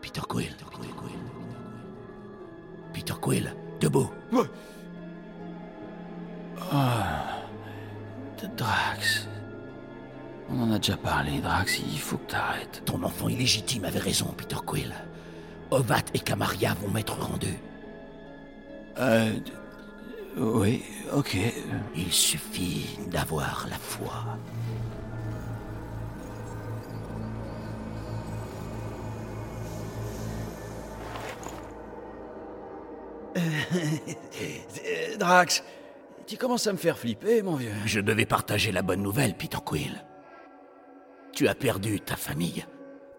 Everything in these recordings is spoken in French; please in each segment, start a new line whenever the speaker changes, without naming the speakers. Peter Quill. Peter Quill, debout.
Ah, Drax. On en a déjà parlé, Drax, il faut que t'arrêtes.
Ton enfant illégitime avait raison, Peter Quill. Ovat et Camaria vont m'être rendus.
Euh. d- Oui, ok.
Il suffit d'avoir la foi.
Euh, Drax, tu commences à me faire flipper, mon vieux.
Je devais partager la bonne nouvelle, Peter Quill. Tu as perdu ta famille,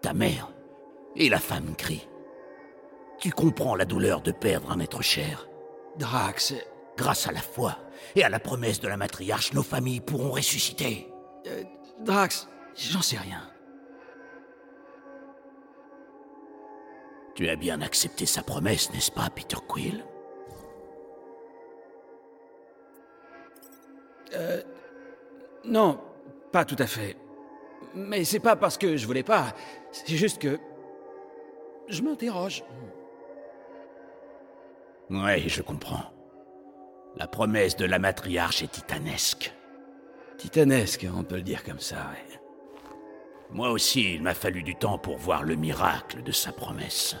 ta mère et la femme crie. Tu comprends la douleur de perdre un être cher.
Drax,
Grâce à la foi et à la promesse de la matriarche, nos familles pourront ressusciter.
euh, Drax, j'en sais rien.
Tu as bien accepté sa promesse, n'est-ce pas, Peter Quill
Non, pas tout à fait. Mais c'est pas parce que je voulais pas. C'est juste que. Je m'interroge.
Ouais, je comprends. La promesse de la matriarche est titanesque.
Titanesque, on peut le dire comme ça, ouais.
Moi aussi, il m'a fallu du temps pour voir le miracle de sa promesse.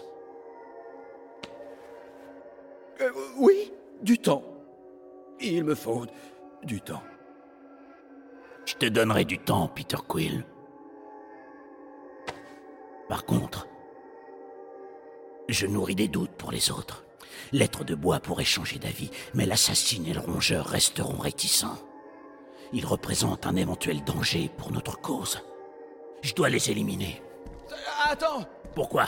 Euh, oui, du temps. Il me faut du temps.
Je te donnerai du temps, Peter Quill. Par contre, je nourris des doutes pour les autres. L'être de bois pourrait changer d'avis, mais l'assassin et le rongeur resteront réticents. Ils représentent un éventuel danger pour notre cause. Je dois les éliminer.
Euh, Attends
Pourquoi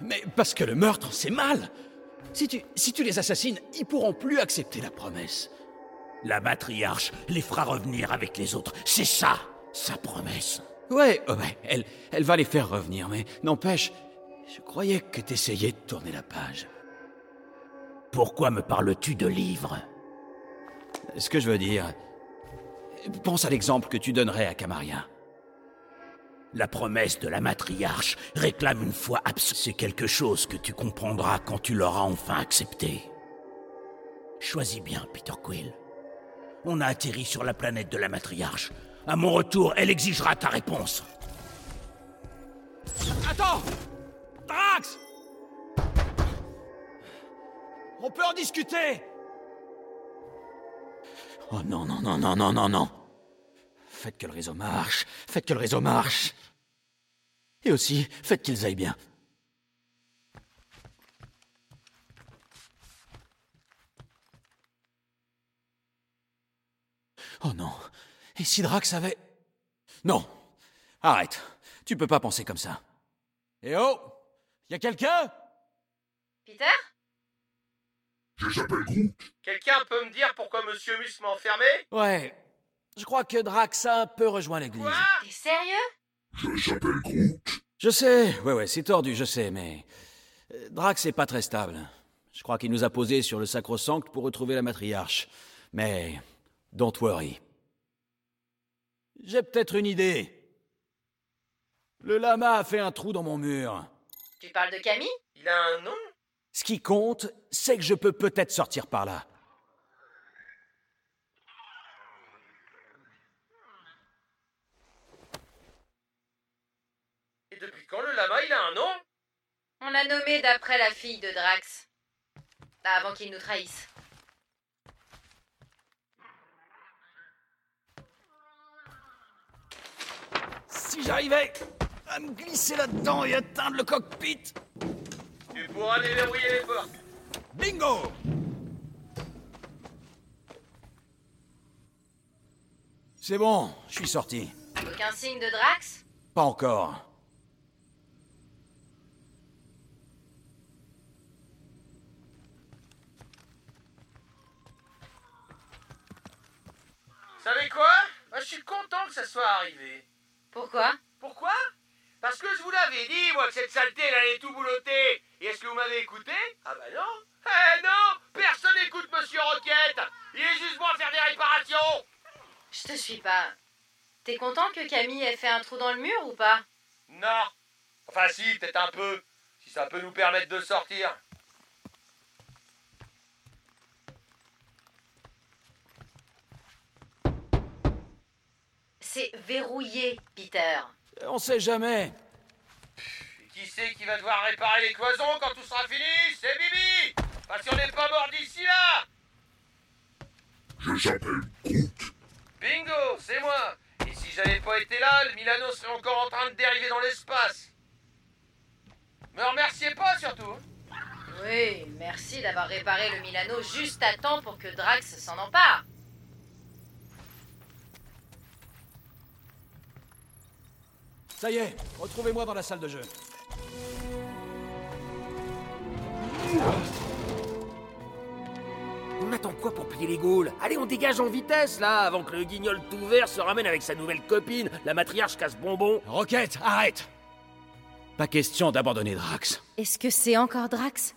Mais parce que le meurtre, c'est mal si tu, si tu les assassines, ils pourront plus accepter la promesse.
La matriarche les fera revenir avec les autres. C'est ça, sa promesse.
Ouais, oh ouais, elle, elle va les faire revenir, mais n'empêche, je croyais que t'essayais de tourner la page.
Pourquoi me parles-tu de livres
Ce que je veux dire, pense à l'exemple que tu donnerais à Camarien.
La promesse de la matriarche réclame une foi absolue. C'est quelque chose que tu comprendras quand tu l'auras enfin accepté. Choisis bien, Peter Quill. On a atterri sur la planète de la matriarche. À mon retour, elle exigera ta réponse.
Attends Drax On peut en discuter Oh non, non, non, non, non, non, non Faites que le réseau marche Faites que le réseau marche Et aussi, faites qu'ils aillent bien. Oh non Et si Drax avait... Non Arrête Tu peux pas penser comme ça. Eh oh Y a quelqu'un
Peter
Quelqu'un peut me dire pourquoi Monsieur Mus m'a enfermé
Ouais. Je crois que Drax a un peu rejoint l'église.
Quoi
T'es sérieux
je sais, ouais, ouais, c'est tordu, je sais, mais. euh, Drax est pas très stable. Je crois qu'il nous a posé sur le sacro-sancte pour retrouver la matriarche. Mais. Don't worry. J'ai peut-être une idée. Le lama a fait un trou dans mon mur.
Tu parles de Camille
Il a un nom
Ce qui compte, c'est que je peux peut-être sortir par là.
Et depuis quand le lama, il a un nom
On l'a nommé d'après la fille de Drax.
Bah,
Ah, Avant qu'il nous trahisse.
Si j'arrivais à me glisser là-dedans et atteindre le cockpit,
Tu pourras déverrouiller les portes.
bingo C'est bon, je suis sorti.
Aucun signe de Drax
Pas encore.
Savez quoi Moi, Je suis content que ça soit arrivé.
Pourquoi
Pourquoi Parce que je vous l'avais dit, moi, que cette saleté, elle allait tout boulotter. Et est-ce que vous m'avez écouté Ah bah non Eh non Personne n'écoute Monsieur Roquette Il est juste bon à faire des réparations
Je te suis pas.
T'es content que Camille ait fait un trou dans le mur ou pas
Non. Enfin si, peut-être un peu. Si ça peut nous permettre de sortir.
C'est verrouillé, Peter.
On sait jamais.
Et qui c'est qui va devoir réparer les cloisons quand tout sera fini C'est Bibi Enfin si on n'est pas mort d'ici là
Je s'appelle Groot.
Bingo, c'est moi Et si j'avais pas été là, le Milano serait encore en train de dériver dans l'espace Me remerciez pas surtout
Oui, merci d'avoir réparé le Milano juste à temps pour que Drax s'en empare.
Ça y est, retrouvez-moi dans la salle de jeu.
On attend quoi pour plier les Gaules Allez, on dégage en vitesse, là, avant que le guignol tout vert se ramène avec sa nouvelle copine, la matriarche casse-bonbon.
Roquette, arrête Pas question d'abandonner Drax.
Est-ce que c'est encore Drax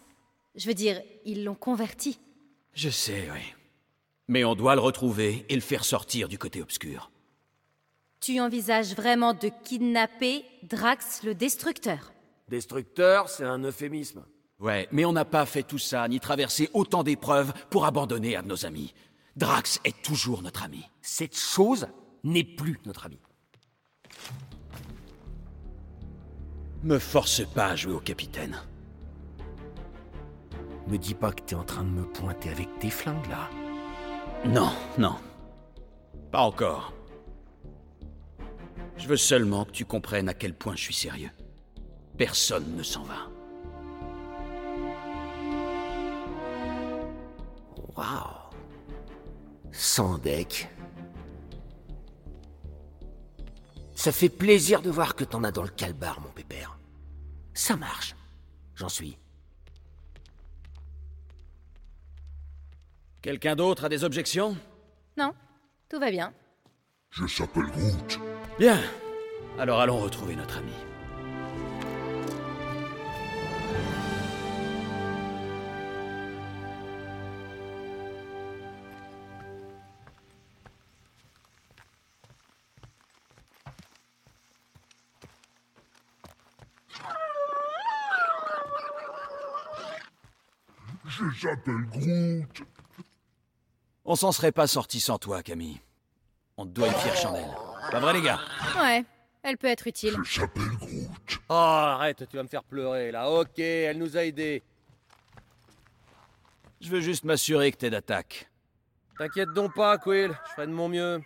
Je veux dire, ils l'ont converti.
Je sais, oui. Mais on doit le retrouver et le faire sortir du côté obscur.
Tu envisages vraiment de kidnapper Drax le Destructeur
Destructeur, c'est un euphémisme.
Ouais, mais on n'a pas fait tout ça, ni traversé autant d'épreuves pour abandonner un de nos amis. Drax est toujours notre ami.
Cette chose n'est plus notre ami.
Me force pas à jouer au capitaine.
Me dis pas que t'es en train de me pointer avec tes flingues, là.
Non, non. Pas encore. Je veux seulement que tu comprennes à quel point je suis sérieux. Personne ne s'en va.
Waouh. Sans deck. Ça fait plaisir de voir que t'en as dans le calbar, mon pépère. Ça marche. J'en suis.
Quelqu'un d'autre a des objections
Non, tout va bien.
Je s'appelle Groot.
Bien. Alors allons retrouver notre ami.
Je s'appelle Groot.
On s'en serait pas sorti sans toi, Camille. On te doit une fière chandelle. Pas vrai, les gars
Ouais, elle peut être utile.
Je s'appelle Groot.
Oh, arrête, tu vas me faire pleurer là. Ok, elle nous a aidés.
Je veux juste m'assurer que t'es d'attaque.
T'inquiète donc pas, Quill. Je ferai de mon mieux.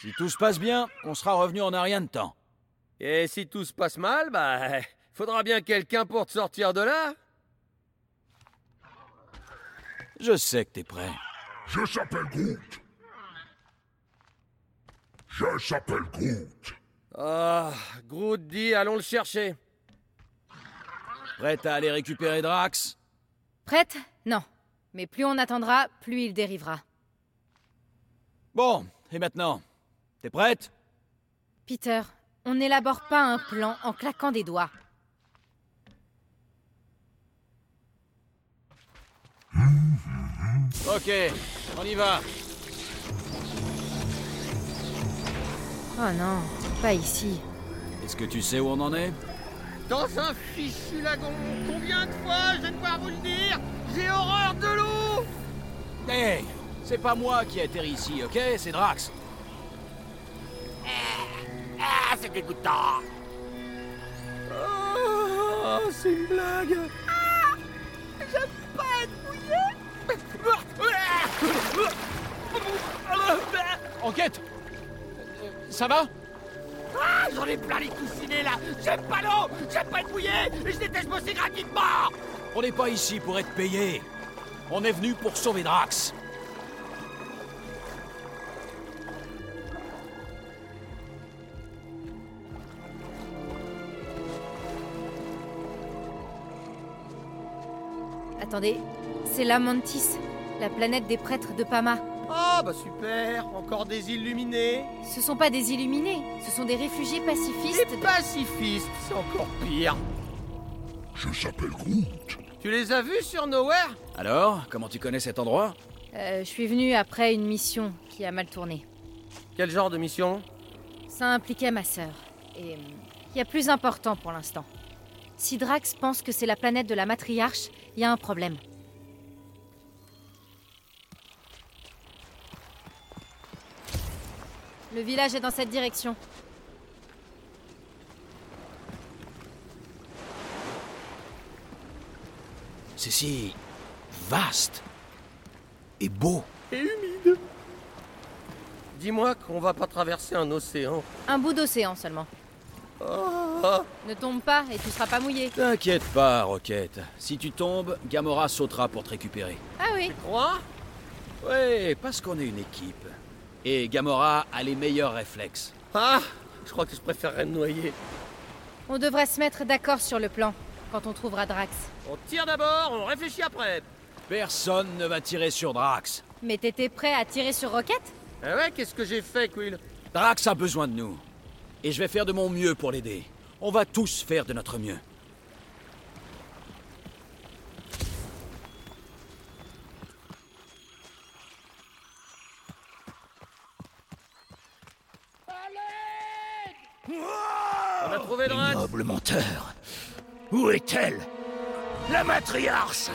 Si tout se passe bien, on sera revenu en un rien de temps.
Et si tout se passe mal, bah. Faudra bien quelqu'un pour te sortir de là.
Je sais que t'es prêt.
Je s'appelle Groot. Je s'appelle Groot.
Ah, Groot dit allons le chercher.
Prête à aller récupérer Drax
Prête Non. Mais plus on attendra, plus il dérivera.
Bon, et maintenant T'es prête
Peter, on n'élabore pas un plan en claquant des doigts.
Ok, on y va.
Oh non, pas ici.
Est-ce que tu sais où on en est
Dans un fichu lagon. Combien de fois je vais devoir vous le dire J'ai horreur de l'eau
Hey C'est pas moi qui atterri ici, ok C'est Drax.
Ah, c'est dégoûtant
Ah,
Oh, c'est une blague
Ah,
J'aime pas être mouillé
Enquête Ça va
Ah, j'en ai plein les coussinets, là J'aime pas l'eau J'aime pas être mouillé Et je déteste bosser gratuitement
On n'est pas ici pour être payé. On est venu pour sauver Drax.
Attendez, c'est la Mantis, la planète des prêtres de Pama.
Ah bah super Encore des illuminés
Ce sont pas des illuminés, ce sont des réfugiés
Des
pacifistes. de-
pacifistes C'est encore pire
Je s'appelle Groot.
Tu les as vus sur Nowhere
Alors, comment tu connais cet endroit
Euh, je suis venue après une mission qui a mal tourné.
Quel genre de mission
Ça impliquait ma sœur. Et euh, il y a plus important pour l'instant. Si Drax pense que c'est la planète de la matriarche, il y a un problème. Le village est dans cette direction.
C'est si vaste et beau.
Et humide. Dis-moi qu'on va pas traverser un océan.
Un bout d'océan seulement.
Oh,
Ne tombe pas et tu seras pas mouillé.
T'inquiète pas, Roquette. Si tu tombes, Gamora sautera pour te récupérer.
Ah oui,
crois
Ouais, parce qu'on est une équipe. Et Gamora a les meilleurs réflexes.
Ah Je crois que je préférerais me noyer.
on devrait se mettre d'accord sur le plan quand on trouvera Drax.
On tire d'abord, on réfléchit après.
Personne ne va tirer sur Drax.
Mais t'étais prêt à tirer sur Roquette
Ah ouais, qu'est-ce que j'ai fait, Quill
Drax a besoin de nous. Et je vais faire de mon mieux pour l'aider. On va tous faire de notre mieux.
On a trouvé Drax
Ignoble menteur. Où est-elle La matriarche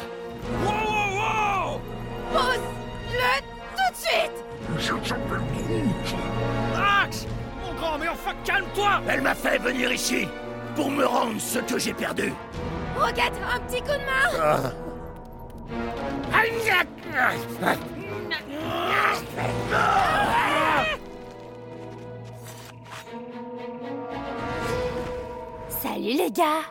Pose-le tout de suite
Je s'appelle Groot.
Elle m'a fait venir ici pour me rendre ce que j'ai perdu.
Roquette, un petit coup de main
Salut les gars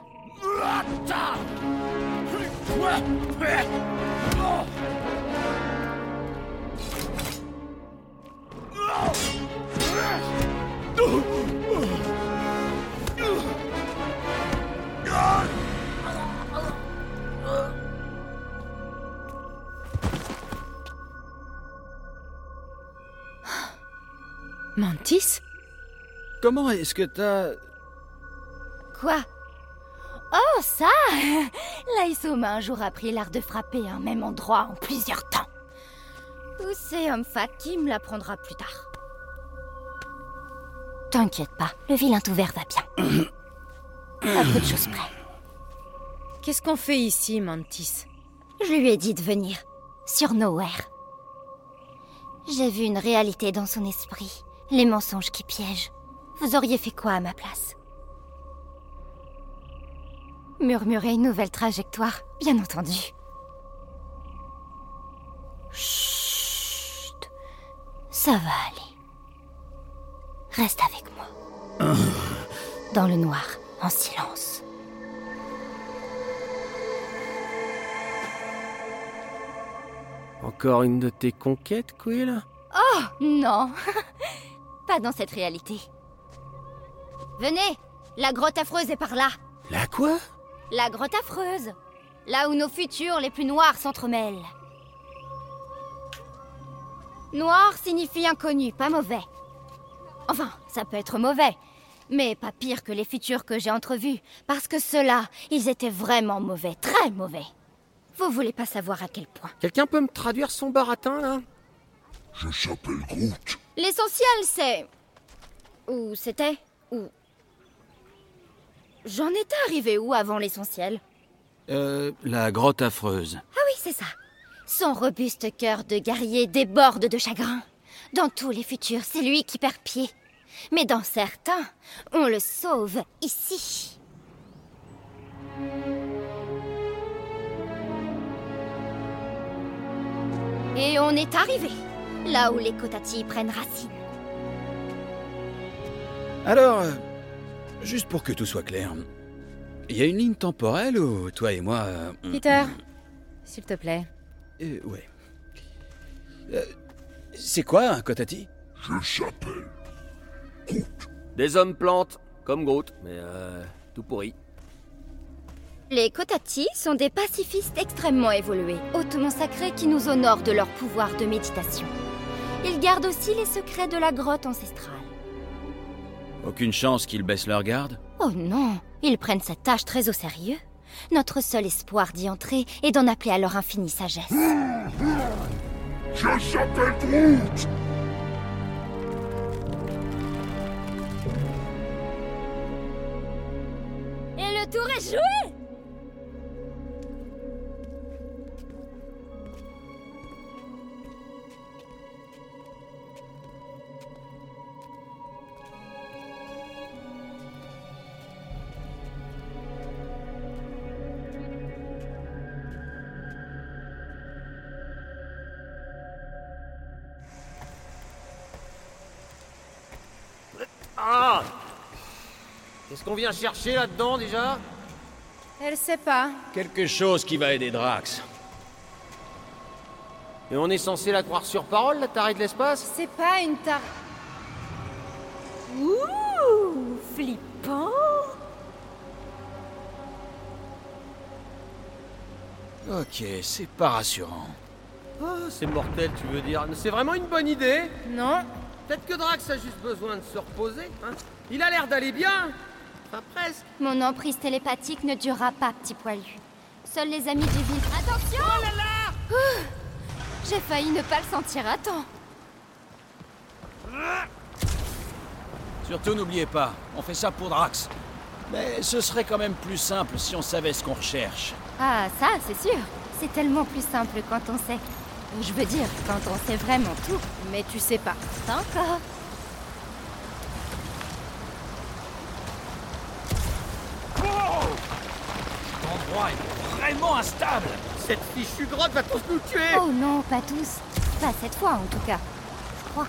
Mantis
Comment est-ce que t'as...
Quoi Oh ça Laïs m'a un jour appris l'art de frapper un même endroit en plusieurs temps. Ou c'est Humpha qui me l'apprendra plus tard. T'inquiète pas, le vilain tout vert va bien. À peu de choses près.
Qu'est-ce qu'on fait ici, Mantis
Je lui ai dit de venir. Sur Nowhere. J'ai vu une réalité dans son esprit. Les mensonges qui piègent. Vous auriez fait quoi à ma place Murmurer une nouvelle trajectoire, bien entendu. Chut. Ça va aller. Reste avec moi. Dans le noir, en silence.
Encore une de tes conquêtes, Quill
Non, pas dans cette réalité. Venez, la grotte affreuse est par là.
La quoi
La grotte affreuse. Là où nos futurs les plus noirs s'entremêlent. Noir signifie inconnu, pas mauvais. Enfin, ça peut être mauvais, mais pas pire que les futurs que j'ai entrevus, parce que ceux-là, ils étaient vraiment mauvais, très mauvais. Vous voulez pas savoir à quel point.
Quelqu'un peut me traduire son baratin, là
Je s'appelle Groot.
L'essentiel, c'est. Ou c'était. Ou. J'en étais arrivé où avant l'essentiel
Euh, la grotte affreuse.
Ah oui, c'est ça. Son robuste cœur de guerrier déborde de chagrin. Dans tous les futurs, c'est lui qui perd pied. Mais dans certains, on le sauve ici. Et on est arrivé, là où les cotatis prennent racine.
Alors, euh, juste pour que tout soit clair, il y a une ligne temporelle où toi et moi... euh, on-
Peter, s'il te plaît.
Euh, ouais. Euh, c'est quoi un Kotati
Je s'appelle Groot.
Des hommes plantes, comme Groot, mais euh, tout pourri.
Les Kotati sont des pacifistes extrêmement évolués, hautement sacrés qui nous honorent de leur pouvoir de méditation. Ils gardent aussi les secrets de la grotte ancestrale.
Aucune chance qu'ils baissent leur garde
Oh non, ils prennent cette tâche très au sérieux. Notre seul espoir d'y entrer est d'en appeler à leur infinie sagesse.
Je s'appelle Groot.
Le tour est joué
Ah Qu'est-ce qu'on vient chercher là-dedans déjà
Elle sait pas.
Quelque chose qui va aider Drax.
Et on est censé la croire sur parole, la tarée de l'espace
C'est pas une tar...
Ouh Flippant
Ok, c'est pas rassurant.
Ah, c'est mortel, tu veux dire. C'est vraiment une bonne idée
Non,
Peut-être que Drax a juste besoin de se reposer. hein. Il a l'air d'aller bien. Enfin, presque.
Mon emprise télépathique ne durera pas, petit poilu. Seuls les amis du vide. Attention Oh là là J'ai failli ne pas le sentir à temps.
Surtout, n'oubliez pas, on fait ça pour Drax. Mais ce serait quand même plus simple si on savait ce qu'on recherche.
Ah, ça, c'est sûr. C'est tellement plus simple quand on sait. Je veux dire, quand on sait vraiment tout.
mais tu sais pas. Hein,
Pas encore.
L'endroit est vraiment instable
Cette fichue grotte va tous nous tuer.
Oh non, pas tous. Pas cette fois, en tout cas. Je crois.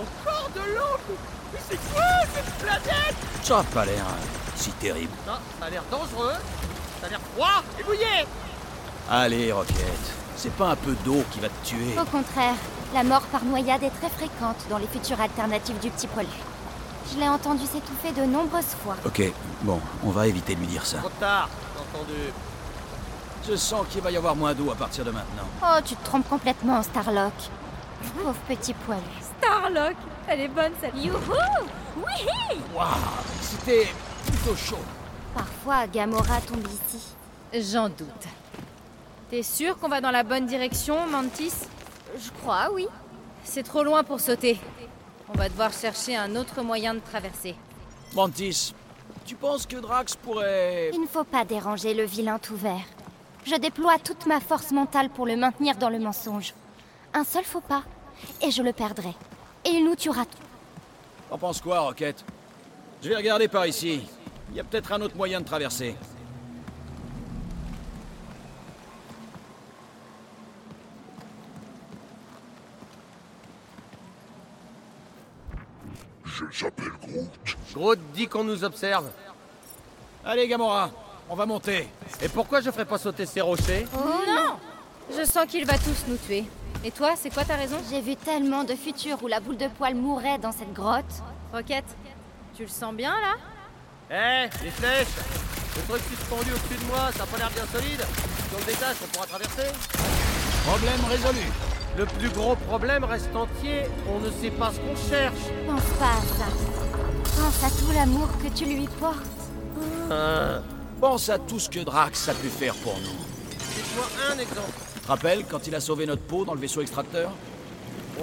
Encore de l'eau. Mais c'est quoi cette planète
Ça a pas l'air hein, si terrible.
Ah, ça a l'air dangereux. Ça a l'air froid et mouillé.
Allez, Rocket, c'est pas un peu d'eau qui va te tuer.
Au contraire, la mort par noyade est très fréquente dans les futures alternatives du petit poilu. Je l'ai entendu s'étouffer de nombreuses fois.
Ok, bon, on va éviter de lui dire ça.
Trop tard, j'ai entendu.
Oh, Je sens qu'il va y avoir moins d'eau à partir de maintenant.
Oh, tu te trompes complètement, Starlock. Pauvre petit poilu.
Starlock Elle est bonne, celle
Youhou Oui
Waouh, c'était plutôt chaud.
Parfois, Gamora tombe ici.
J'en doute. T'es sûr qu'on va dans la bonne direction, Mantis
Je crois, oui.
C'est trop loin pour sauter. On va devoir chercher un autre moyen de traverser.
Mantis, tu penses que Drax pourrait...
Il ne faut pas déranger le vilain tout vert. Je déploie toute ma force mentale pour le maintenir dans le mensonge. Un seul faux pas, et je le perdrai. Et il nous tuera tous.
T'en penses quoi, Rocket Je vais regarder par ici. Il y a peut-être un autre moyen de traverser.
Je s'appelle Groot.
Grotte dit qu'on nous observe.
Allez, Gamora, on va monter.
Et pourquoi je ferais pas sauter ces rochers
non Je sens qu'il va tous nous tuer. Et toi, c'est quoi ta raison
J'ai vu tellement de futurs où la boule de poil mourait dans cette grotte.
Roquette, tu le sens bien là
Eh, les flèches Le truc suspendu au-dessus de moi, ça a pas l'air bien solide. Si on le détache, on pourra traverser.
Problème résolu.
Le plus gros problème reste entier, on ne sait pas ce qu'on cherche.
Pense pas à ça. Pense à tout l'amour que tu lui portes.
Pense à tout ce que Drax a pu faire pour nous.
Dites-moi un exemple.
Tu te rappelles quand il a sauvé notre peau dans le vaisseau extracteur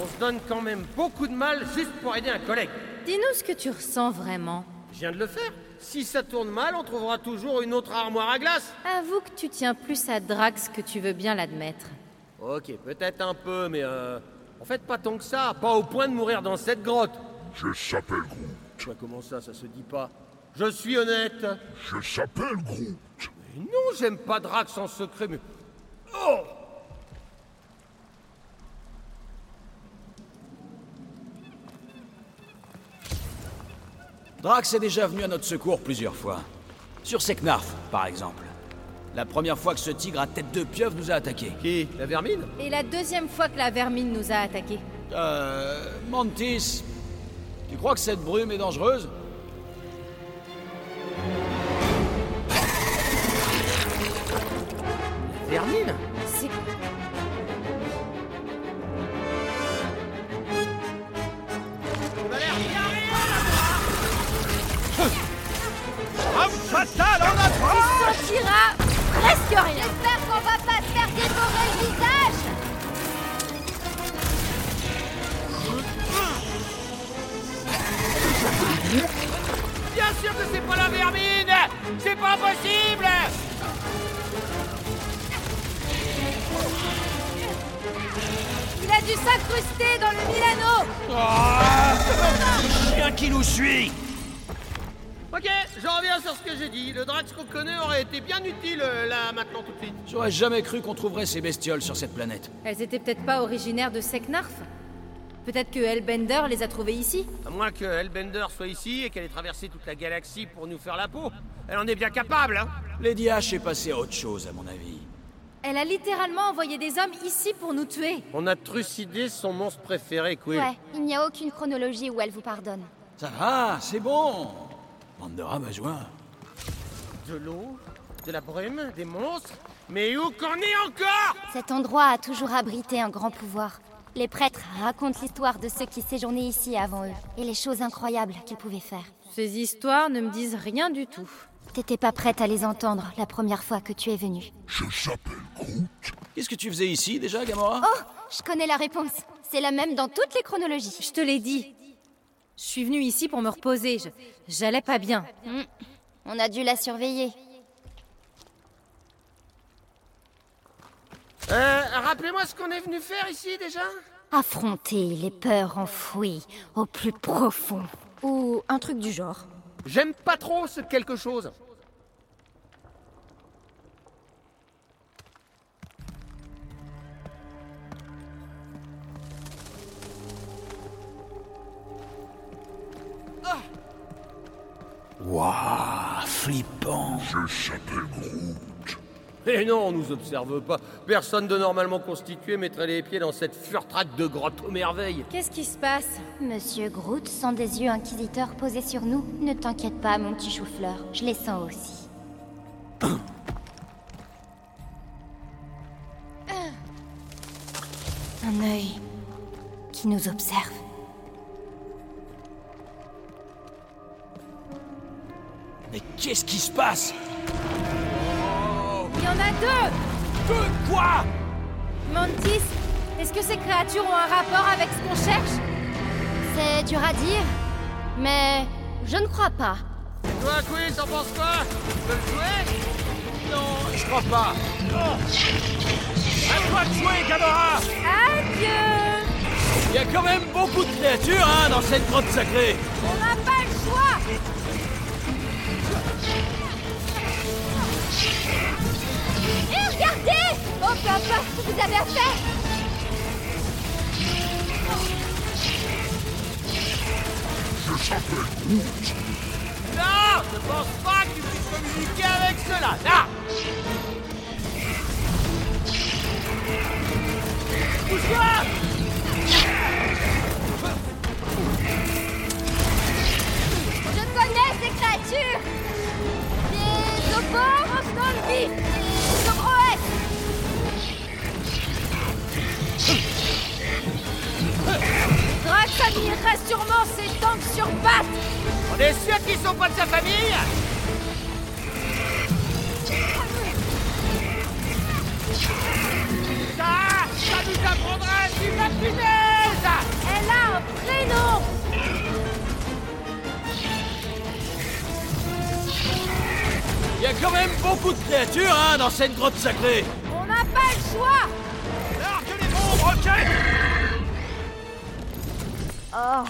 On se donne quand même beaucoup de mal juste pour aider un collègue.
Dis-nous ce que tu ressens vraiment.
Je viens de le faire. Si ça tourne mal, on trouvera toujours une autre armoire à glace.
Avoue que tu tiens plus à Drax que tu veux bien l'admettre.
Ok, peut-être un peu, mais euh... En fait, pas tant que ça, pas au point de mourir dans cette grotte.
Je s'appelle Groot.
Tu vois comment ça, ça se dit pas Je suis honnête.
Je s'appelle Groot.
Mais non, j'aime pas Drax en secret, mais...
Drax est déjà venu à notre secours plusieurs fois. Sur Seknarf, par exemple. La première fois que ce tigre à tête de pieuvre nous a attaqués.
Qui La vermine
Et la deuxième fois que la vermine nous a attaqués.
Euh... Mantis, tu crois que cette brume est dangereuse
Vermine
C'est...
Sortira presque rien. J'espère qu'on va pas se faire dévorer le visage.
bien sûr que c'est pas la vermine C'est pas possible
Il a dû s'incruster dans le Milano
Chien qui nous suit
Ok, je reviens sur ce que j'ai dit. Le Drax qu'on connaît aurait été bien utile euh, là, maintenant, tout de suite.
J'aurais jamais cru qu'on trouverait ces bestioles sur cette planète.
Elles étaient peut-être pas originaires de Seknarf Peut-être que Hellbender les a trouvées ici
À moins que Hellbender soit ici et qu'elle ait traversé toute la galaxie pour nous faire la peau. Elle en est bien capable, hein
Lady H est passée à autre chose, à mon avis.
Elle a littéralement envoyé des hommes ici pour nous tuer
On a trucidé son monstre préféré, Quill.
Ouais, il n'y a aucune chronologie où elle vous pardonne.
Ça va, c'est bon Mandora m'a joint.
De l'eau, de la brume, des monstres. Mais où qu'on est encore
Cet endroit a toujours abrité un grand pouvoir. Les prêtres racontent l'histoire de ceux qui séjournaient ici avant eux et les choses incroyables qu'ils pouvaient faire.
Ces histoires ne me disent rien du tout.
T'étais pas prête à les entendre la première fois que tu es venue.
Je s'appelle Groot.
Qu'est-ce que tu faisais ici déjà, Gamora
Oh, je connais la réponse. C'est la même dans toutes les chronologies.
Je te l'ai dit. Je suis venue ici pour me reposer. Je- J'allais pas bien.
On a dû la surveiller.
Euh, rappelez-moi ce qu'on est venu faire ici, déjà
Affronter les peurs enfouies au plus profond. Ou un truc du genre.
J'aime pas trop ce quelque chose.
Waouh, flippant
Je s'appelle Groot.
Mais Eh non, on nous observe pas. Personne de normalement constitué mettrait les pieds dans cette furtraque de grotte aux merveilles.
Qu'est-ce qui se passe
Monsieur Groot sent des yeux inquisiteurs posés sur nous. Ne t'inquiète pas, mon petit chou-fleur, je les sens aussi. Un œil qui nous observe.
Mais qu'est-ce qui se passe
Il y en a deux
Peu quoi
Mantis, est-ce que ces créatures ont un rapport avec ce qu'on cherche
C'est dur à dire, mais je ne crois pas.
Toi, Quiz, t'en penses quoi Tu veux le jouer
Je crois pas À toi de jouer, Gamora
Adieu
Il y a quand même beaucoup de créatures, hein, dans cette grotte sacrée
On n'a pas le choix
Et Eh, regardez Oh, peu importe ce que vous avez à faire
Non Je pense pas que tu puisses communiquer avec cela Là Bouge-toi
Je connais ces créatures Des opos dans le vif Des obroès
Drax admirerait sûrement ces tanks sur pattes
On est sûr qu'ils sont pas de sa famille Ça, ça nous apprendra à suivre la punaise
Elle a un prénom
Il y a quand même beaucoup de créatures, hein, dans cette grotte sacrée
On n'a pas le choix
Alors que les bombes, ok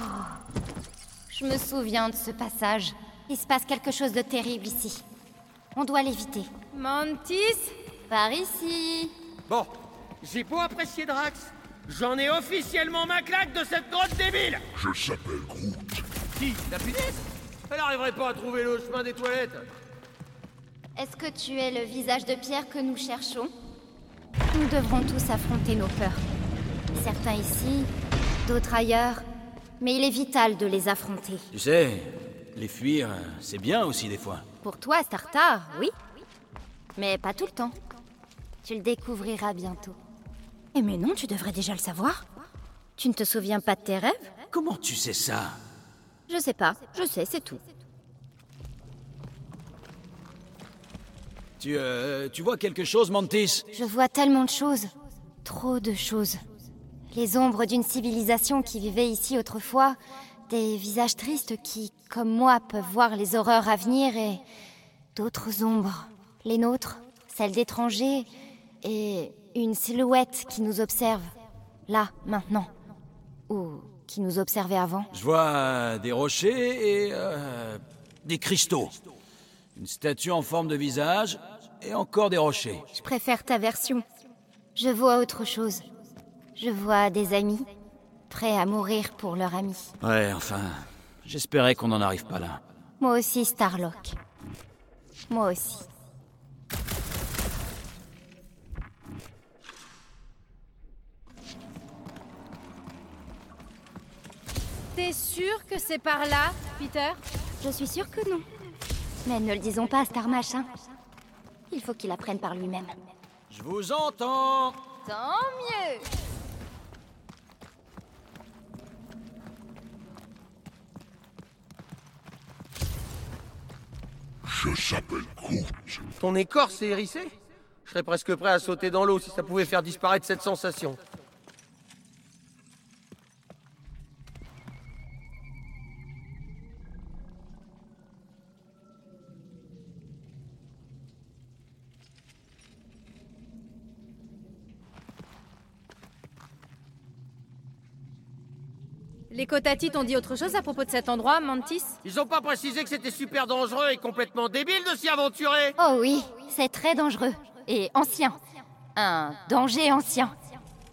Je me souviens de ce passage. Il se passe quelque chose de terrible ici. On doit l'éviter.
Mantis
Par ici
Bon, j'ai beau apprécier Drax, j'en ai officiellement ma claque de cette grotte débile
Je s'appelle Groot.
Qui La punaise Elle arriverait pas à trouver le chemin des toilettes
Est-ce que tu es le visage de pierre que nous cherchons Nous devrons tous affronter nos peurs. Certains ici, d'autres ailleurs. Mais il est vital de les affronter.
Tu sais, les fuir, euh, c'est bien aussi des fois.
Pour toi, Startar, oui. Mais pas tout le temps. Tu le découvriras bientôt. Eh mais non, tu devrais déjà le savoir. Tu ne te souviens pas de tes rêves
Comment tu sais ça
Je sais pas, je sais, c'est tout.
Tu, euh, tu vois quelque chose, Mantis
Je vois tellement de choses. Trop de choses. Les ombres d'une civilisation qui vivait ici autrefois, Des visages tristes qui, comme moi, peuvent voir les horreurs à venir et d'autres ombres. Les nôtres, celles d'étrangers et une silhouette qui nous observe. Là, maintenant. Ou qui nous observait avant.
Je vois euh, des rochers et euh, des cristaux. Une statue en forme de visage et encore des rochers.
Je préfère ta version.
Je vois autre chose. Je vois des amis prêts à mourir pour leur ami.
Ouais, enfin, j'espérais qu'on n'en arrive pas là.
Moi aussi, Starlock. Moi aussi.
T'es sûr que c'est par là, Peter
Je suis sûre que non. Mais ne le disons pas à Star Machin. Il faut qu'il apprenne par lui-même.
Je vous entends
Tant mieux
Je s'appelle Groot.
Ton écorce est hérissée Je serais presque prêt à sauter dans l'eau si ça pouvait faire disparaître cette sensation.
Les Cotati t'ont dit autre chose à propos de cet endroit, Mantis
Ils ont pas précisé que c'était super dangereux et complètement débile de s'y aventurer
Oh oui, c'est très dangereux. Et ancien. Un danger ancien.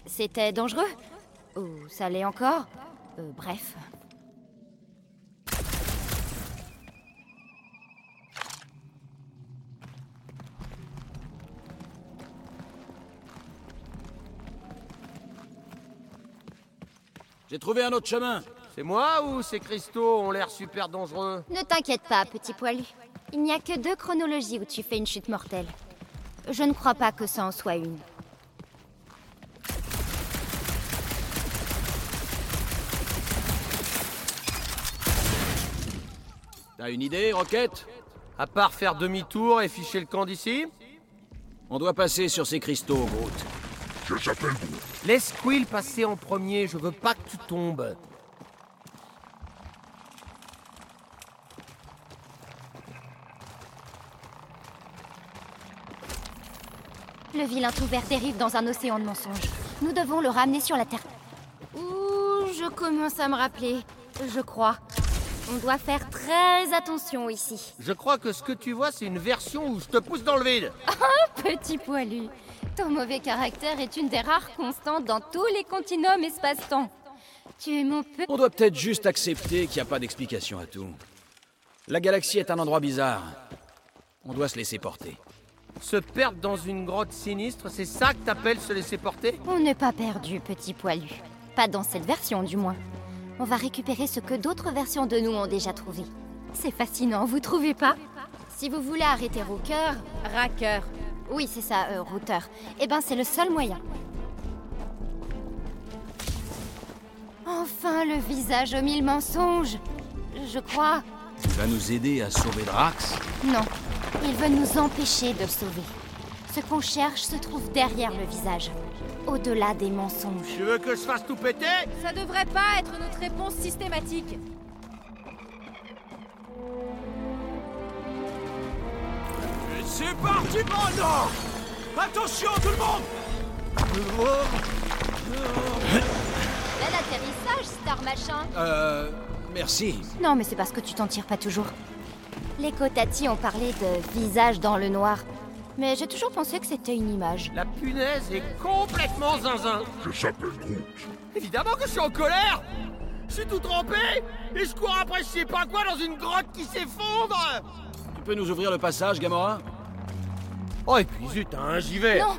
C'était dangereux Ou ça l'est encore Euh, Bref.
J'ai trouvé un autre chemin.
C'est moi ou ces cristaux ont l'air super dangereux
Ne t'inquiète pas, petit poilu. Il n'y a que deux chronologies où tu fais une chute mortelle. Je ne crois pas que ça en soit une.
T'as une idée, Roquette
À part faire demi-tour et ficher le camp d'ici
On doit passer sur ces cristaux, Groot.
Je s'appelle Groot.
Laisse Quill passer en premier, je veux pas que tu tombes.
Le vilain tout vert dérive dans un océan de mensonges. Nous devons le ramener sur la Terre. Ouh, je commence à me rappeler. Je crois. On doit faire très attention ici.
Je crois que ce que tu vois, c'est une version où je te pousse dans le vide.
Petit poilu, ton mauvais caractère est une des rares constantes dans tous les continents espace-temps. Tu es mon peu...
On doit peut-être juste accepter qu'il n'y a pas d'explication à tout. La galaxie est un endroit bizarre. On doit se laisser porter.
Se perdre dans une grotte sinistre, c'est ça que t'appelles se laisser porter
On n'est pas perdu, petit poilu. Pas dans cette version, du moins. On va récupérer ce que d'autres versions de nous ont déjà trouvé. C'est fascinant, vous trouvez pas Si vous voulez arrêter Rooker,
Racker.
oui, c'est ça, euh, Routeur. Eh ben, c'est le seul moyen. Enfin, le visage aux mille mensonges. Je crois.
Tu vas nous aider à sauver Drax
Non, ils veulent nous empêcher de le sauver. Ce qu'on cherche se trouve derrière le visage, au-delà des mensonges.
Tu veux que je fasse tout péter
Ça devrait pas être notre réponse systématique.
C'est parti maintenant Attention tout le monde
Bel atterrissage, Star Machin
Euh... Merci.
Non, mais c'est parce que tu t'en tires pas toujours. Les Cotati ont parlé de visage dans le noir, mais j'ai toujours pensé que c'était une image.
La punaise est complètement zinzin.
Je s'appelle Groot.
Évidemment que je suis en colère Je suis tout trempé Et je cours après je sais pas quoi dans une grotte qui s'effondre
Tu peux nous ouvrir le passage, Gamora
Oh et puis zut, hein, j'y vais
Non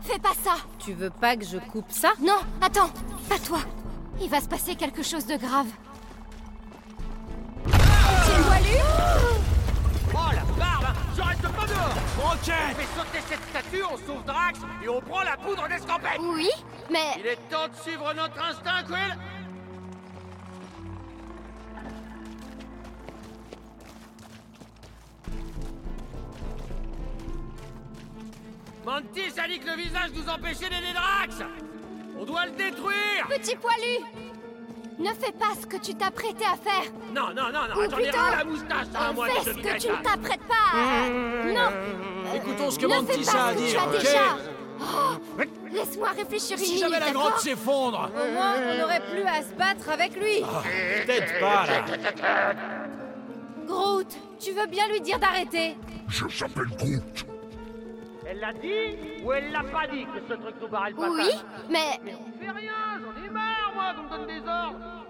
Fais pas ça
Tu veux pas que je coupe ça
Non, attends Pas toi Il va se passer quelque chose de grave. Petit poilu
Oh la barbe hein. Je reste pas dehors Ok On fait sauter cette statue, on sauve Drax et on prend la poudre d'escampette
Oui, mais...
Il est temps de suivre notre instinct, Quill Mantis a dit que le visage nous empêchait d'aider Drax On doit le détruire
Petit poilu Ne fais pas ce que tu t'apprêtais à faire
Non, non, non, non,
Ou
j'en ai
plutôt,
rien la moustache, hein, moi,
Fais
de
ce
devinette,
que tu
là.
ne t'apprêtes pas à- Non
Mmh. Écoutons ce que mon
Ne fais
petit
pas
chat a à
ce que tu
dire,
as
ok
déjà Oh, Laisse-moi réfléchir une
Si
minute,
jamais la grotte
d'accord
s'effondre
Au moins, on n'aurait plus à se battre avec lui.
Ah, Peut-être pas, là
Groot, tu veux bien lui dire d'arrêter
Je s'appelle Groot.
Elle l'a dit ou elle l'a pas dit que ce truc nous barrait le
Oui, mais...
Fais rien, j'en ai marre, moi, qu'on me donne des ordres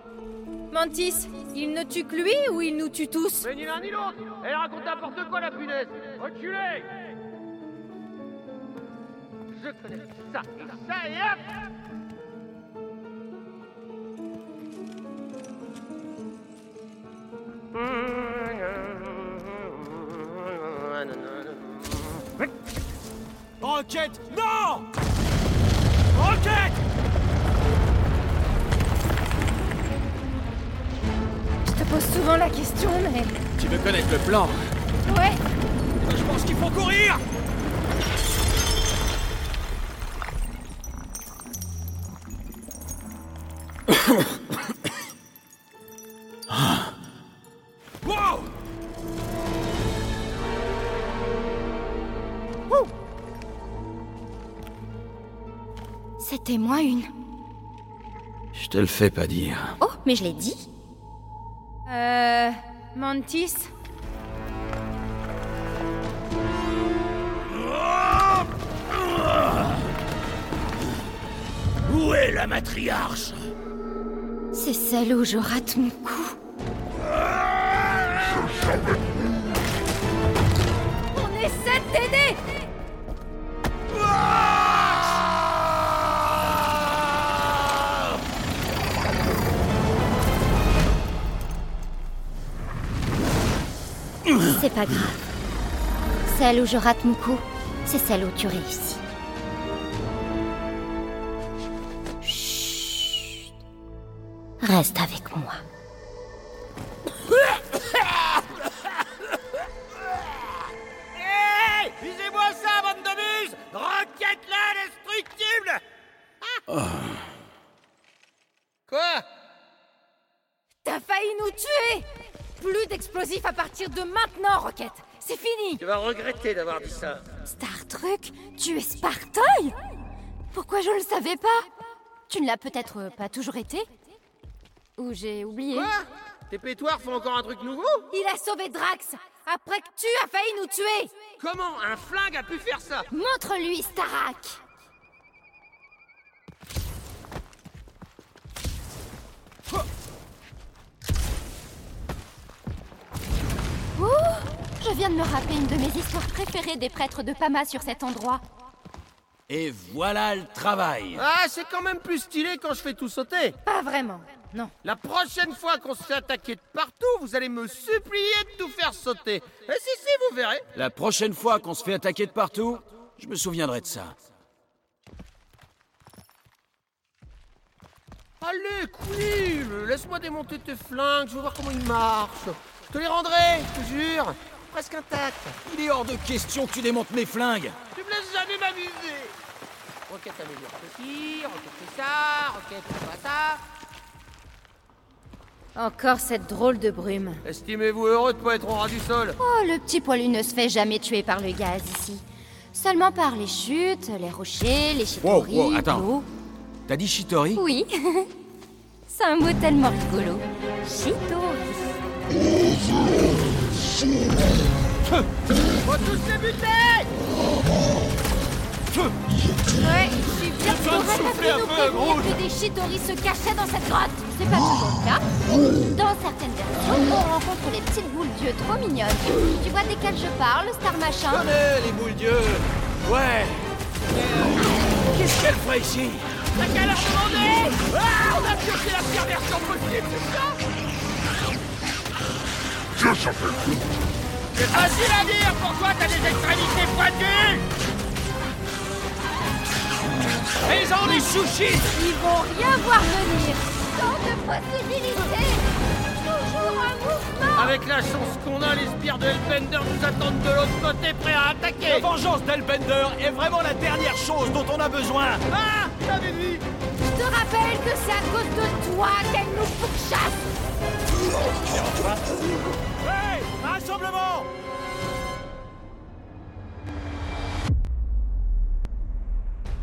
Mantis, il ne tue que lui ou il nous tue tous
Mais ni l'un ni l'autre Elle raconte n'importe quoi, la punaise Reculez Je connais ça, et ça, et hop
Enquête Non Enquête
Je te pose souvent la question, mais...
Tu veux connaître le plan
Ouais,
Je pense qu'il faut courir Wow
C'était moi une...
Je te le fais pas dire.
Oh, mais je l'ai dit
Euh. Mantis
Où est la matriarche
C'est celle où je rate mon coup.
On essaie de t'aider
C'est pas grave. Celle où je rate mon coup, c'est celle où tu réussis. Chut. Reste avec moi.
Hé Visez-moi ça, bande de muses Roquette-la, indestructible Ah. Quoi
T'as failli nous tuer Plus d'explosifs à partir de maintenant, Rocket C'est fini
Tu vas regretter d'avoir dit ça.
Star Truck, tu es Spartoy Pourquoi je le savais pas Tu ne l'as peut-être euh, pas toujours été Ou j'ai oublié
Quoi Tes pétoirs font encore un truc nouveau
Il a sauvé Drax Après que tu as failli nous tuer
Comment un flingue a pu faire ça
Montre-lui, Starak Ouh Je viens de me rappeler une de mes histoires préférées des prêtres de Pama sur cet endroit.
Et voilà le travail
Ah, c'est quand même plus stylé quand je fais tout sauter.
Pas vraiment, non.
La prochaine fois qu'on se fait attaquer de partout, vous allez me supplier de tout faire sauter. Et si, si, vous verrez.
La prochaine fois qu'on se fait attaquer de partout, je me souviendrai de ça.
Allez, cool Laisse-moi démonter tes flingues, je veux voir comment ils marchent. Je te les rendrai, je te jure. Presque intact.
Il est hors de question que tu démontes mes flingues
Tu me laisses jamais m'amuser. Roquette améliore ceci, roquette fait ça, roquette fait pas ça.
Encore cette drôle de brume.
Estimez-vous heureux de pas être au ras du sol.
Oh, le petit poilu ne se fait jamais tuer par le gaz ici. Seulement par les chutes, les rochers, les chicories,
wow, attends.
l'eau.
T'as dit Shitori
Oui. C'est un mot tellement rigolo. Chitori.
On va Oh, tous les buter
Ouais, je suis bien
Personne
T'aurais pas
soufflez
pu
un
nous
peu,
prévenir
Groot.
que des Chitori se cachaient dans cette grotte C'est pas toujours le cas.
Dans certaines versions, on rencontre les petites boules d'yeux trop mignonnes. Tu vois desquelles je parle, Star Machin
Allez, les boules d'yeux Ouais Qu'est-ce qu'elle ferait ici
T'as qu'à leur demander Ah On a pioché la pire version possible, c'est ça
Je s'appelle Groot.
C'est facile à dire Pourquoi t'as des extrémités pointues
Et ils ont les sushis
Ils vont rien voir venir
Tant de possibilités Toujours un mouvement
Avec la chance qu'on a, les spires de Hellbender nous attendent de l'autre côté, prêts à
La
attaquer
vengeance d'Elbender est vraiment la dernière chose dont on a besoin
Ah J'avais vu
te rappelle que c'est à cause de toi qu'elle nous pourchasse
Hey Rassemblement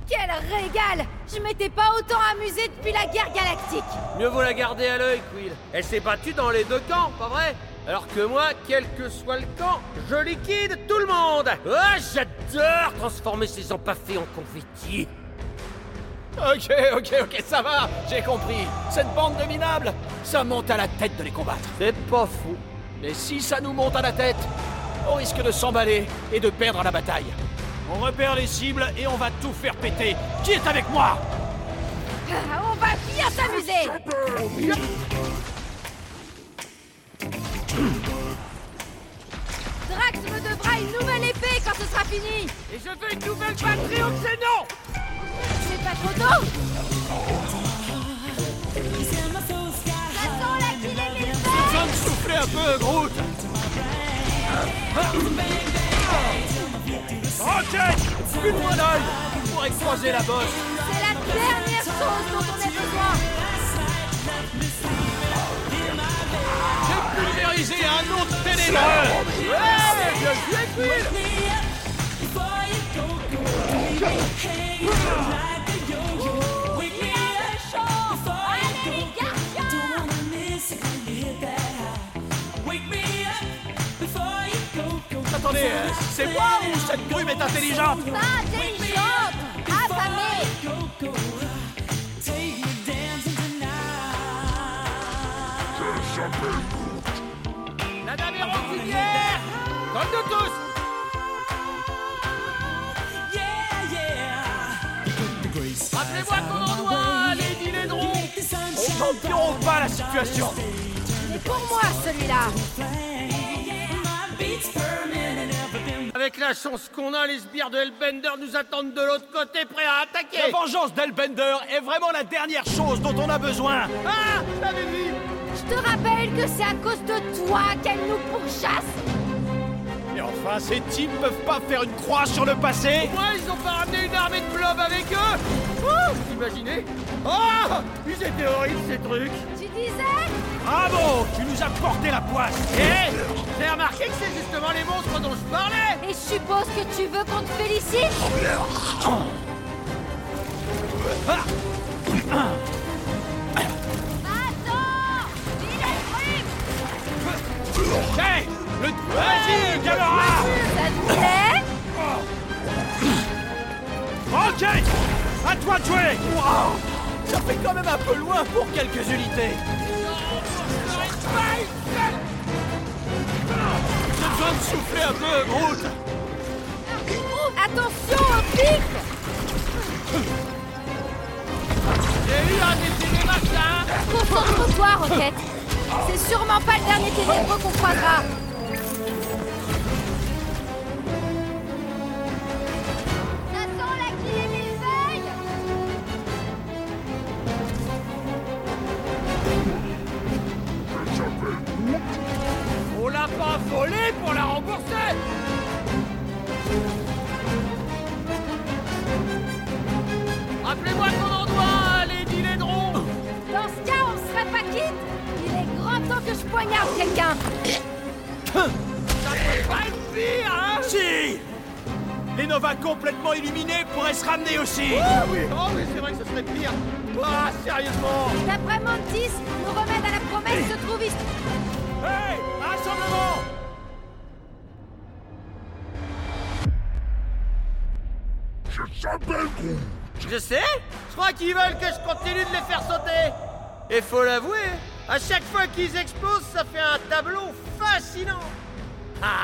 Quel régal Je m'étais pas autant amusée depuis la guerre galactique
Mieux vaut la garder à l'œil, Quill. Elle s'est battue dans les deux camps, pas vrai Alors que moi, quel que soit le camp, je liquide tout le monde Ah, j'adore transformer ces empaffés en confettis
Ok, ok, ok, ça va J'ai compris Cette bande de minables Ça monte à la tête de les combattre
C'est pas fou.
Mais si ça nous monte à la tête, on risque de s'emballer et de perdre la bataille. On repère les cibles et on va tout faire péter. Qui est avec moi
Ah, On va bien s'amuser Drax me devra une nouvelle épée quand ce sera fini
Et je veux une nouvelle batterie au xénon
C'est pas trop tôt Faisons la qu'il est mes fesses
Besoin de souffler un peu, Groot Rocket Une grenade pour exploser la bosse
C'est la dernière chose dont on ait besoin
J'ai pulvérisé un autre ténébreux Ouais, bien joué, Quill Attendez, euh, c'est moi ou cette brume est intelligente
Pas intelligente Affamée
La dame est routière Comme nous tous Rappelez-moi qu'on en doit, les dilédrons
On n'empirons pas la situation
C'est pour moi celui-là
Avec la chance qu'on a, les sbires de Hellbender nous attendent de l'autre côté, prêts à attaquer
La vengeance d'Elbender est vraiment la dernière chose dont on a besoin
Ah T'avais vu
Je te rappelle que c'est à cause de toi qu'elle nous pourchasse
Et enfin, ces types peuvent pas faire une croix sur le passé
Ouais, ils ont pas ramené une armée de blobs avec eux Ouh Vous imaginez Oh Ils étaient horribles, ces trucs
Tu disais
Ah
Bravo Tu nous as porté la poisse
Hé Eh, J'ai remarqué que c'est justement les monstres dont je parlais
Et je suppose que tu veux qu'on te félicite Attends Il est
Hey le... Vas-y, Gamora
Ça te
Ok
plaît
À toi de jouer Wow Ça fait quand même un peu loin pour quelques unités J'ai besoin de souffler un peu, Groot
Attention au pic
J'ai eu un des télémacs, là hein.
Concentre-toi, Rocket C'est sûrement pas le dernier ténébreux qu'on croisera Ça sent la clé et mille feuilles
On l'a pas volé pour la rembourser Rappelez-moi qu'on en doit, les dilédrons
Dans ce cas, on serait pas quitte Il est grand temps que je poignarde quelqu'un
Ça peut pas être pire, hein
Si Les Nova complètement illuminés pourraient se ramener aussi
Ah oui Oh oui, c'est vrai que ce serait pire Ah, sérieusement
D'après Mantis, le remède à la promesse se trouve ici
Hey Rassemblement
Je s'appelle Groot.
Je sais Je crois qu'ils veulent que je continue de les faire sauter Et faut l'avouer, à chaque fois qu'ils explosent, ça fait un tableau fascinant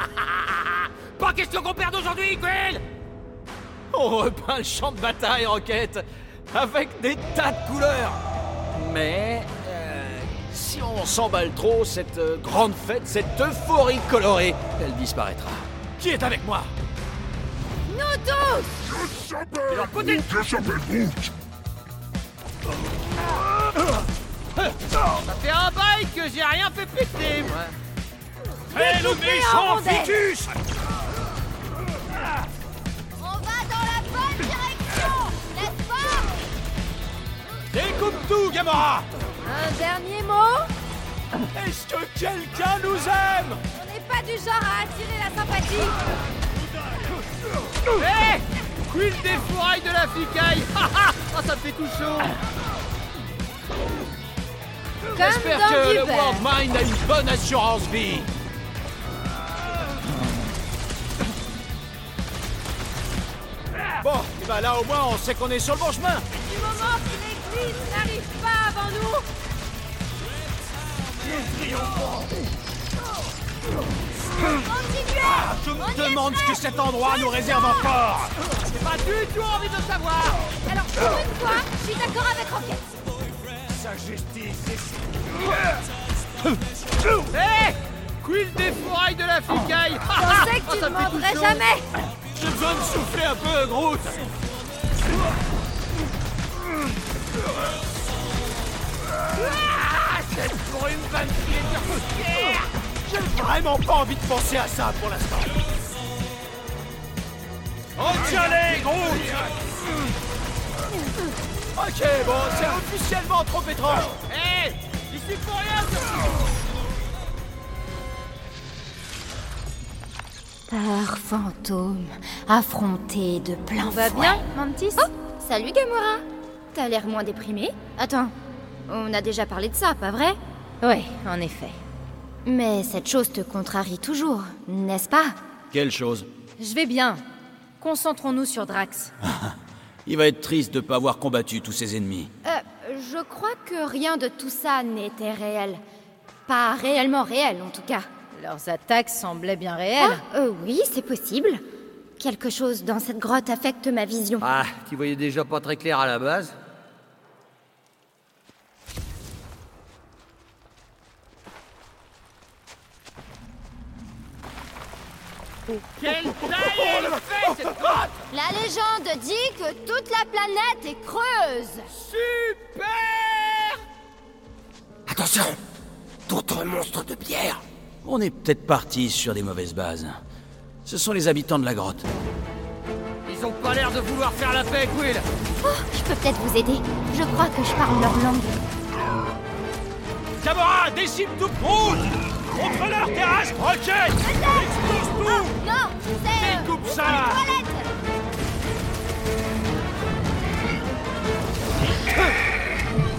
Pas question qu'on perde aujourd'hui, Quill
On repeint le champ de bataille, Rocket Avec des tas de couleurs Mais... euh, si on s'emballe trop, cette euh, grande fête, cette euphorie colorée, elle disparaîtra. Qui est avec moi
Nous tous
Je s'appelle Groot. Je s'appelle Groot.
Ça fait un bail que j'ai rien fait péter, moi
Très le
méchant rondelle. On va dans la bonne direction N'est-ce pas
Des tout, Gamora
Un dernier mot
Est-ce que quelqu'un nous aime
On n'est pas du genre à attirer la sympathie
Hé Quill Eh, des fourrailles de la ficaille Ah ah Ah, ça me fait tout chaud
Comme
J'espère
dans
que
du
le
beurre.
World Mind a une bonne assurance vie Bon, et ben là au moins on sait qu'on est sur le bon chemin
Du moment que l'église n'arrive pas avant nous
Ah,
Je me demande ce que cet endroit nous réserve encore Oh,
J'ai pas du tout envie de le savoir
Alors pour une fois, je suis d'accord avec Rocket.
Hé Quill Eh, des fourrailles de la ficaille Ah ah
Je sais
Ah,
que tu
ça
ne
me fait tout
m'entrerais
chaud.
jamais
J'ai besoin de souffler un peu, Groot
Ah,
J'ai vraiment pas envie de penser à ça pour l'instant Enchaînez, Groot Ok, bon, c'est officiellement trop étrange
Hé J'y suis pour rien ce-
Par fantôme, affronté de plein
On va
fouet.
bien, Mantis
Oh, salut Gamora T'as l'air moins déprimée Attends, on a déjà parlé de ça, pas vrai
Oui, en effet.
Mais cette chose te contrarie toujours, n'est-ce pas
Quelle chose
Je vais bien. Concentrons-nous sur Drax.
Il va être triste de ne pas avoir combattu tous ses ennemis.
Euh, je crois que rien de tout ça n'était réel. Pas réellement réel, en tout cas.
Leurs attaques semblaient bien réelles.
Ah, euh, oui, c'est possible. Quelque chose dans cette grotte affecte ma vision.
Ah, tu voyais déjà pas très clair à la base Quelle taille elle fait cette grotte
La légende dit que toute la planète est creuse.
Super
Attention D'autres monstres de pierre
On est peut-être parti sur des mauvaises bases. Ce sont les habitants de la grotte.
Ils ont pas l'air de vouloir faire la paix, Will
Oh, je peux peut-être vous aider. Je crois que je parle leur langue.
Gamora, décime tout Groot Contre-leur terrasse Rocket Explose tout
Ah, Non, c'est... euh,
Coupe ça
toilette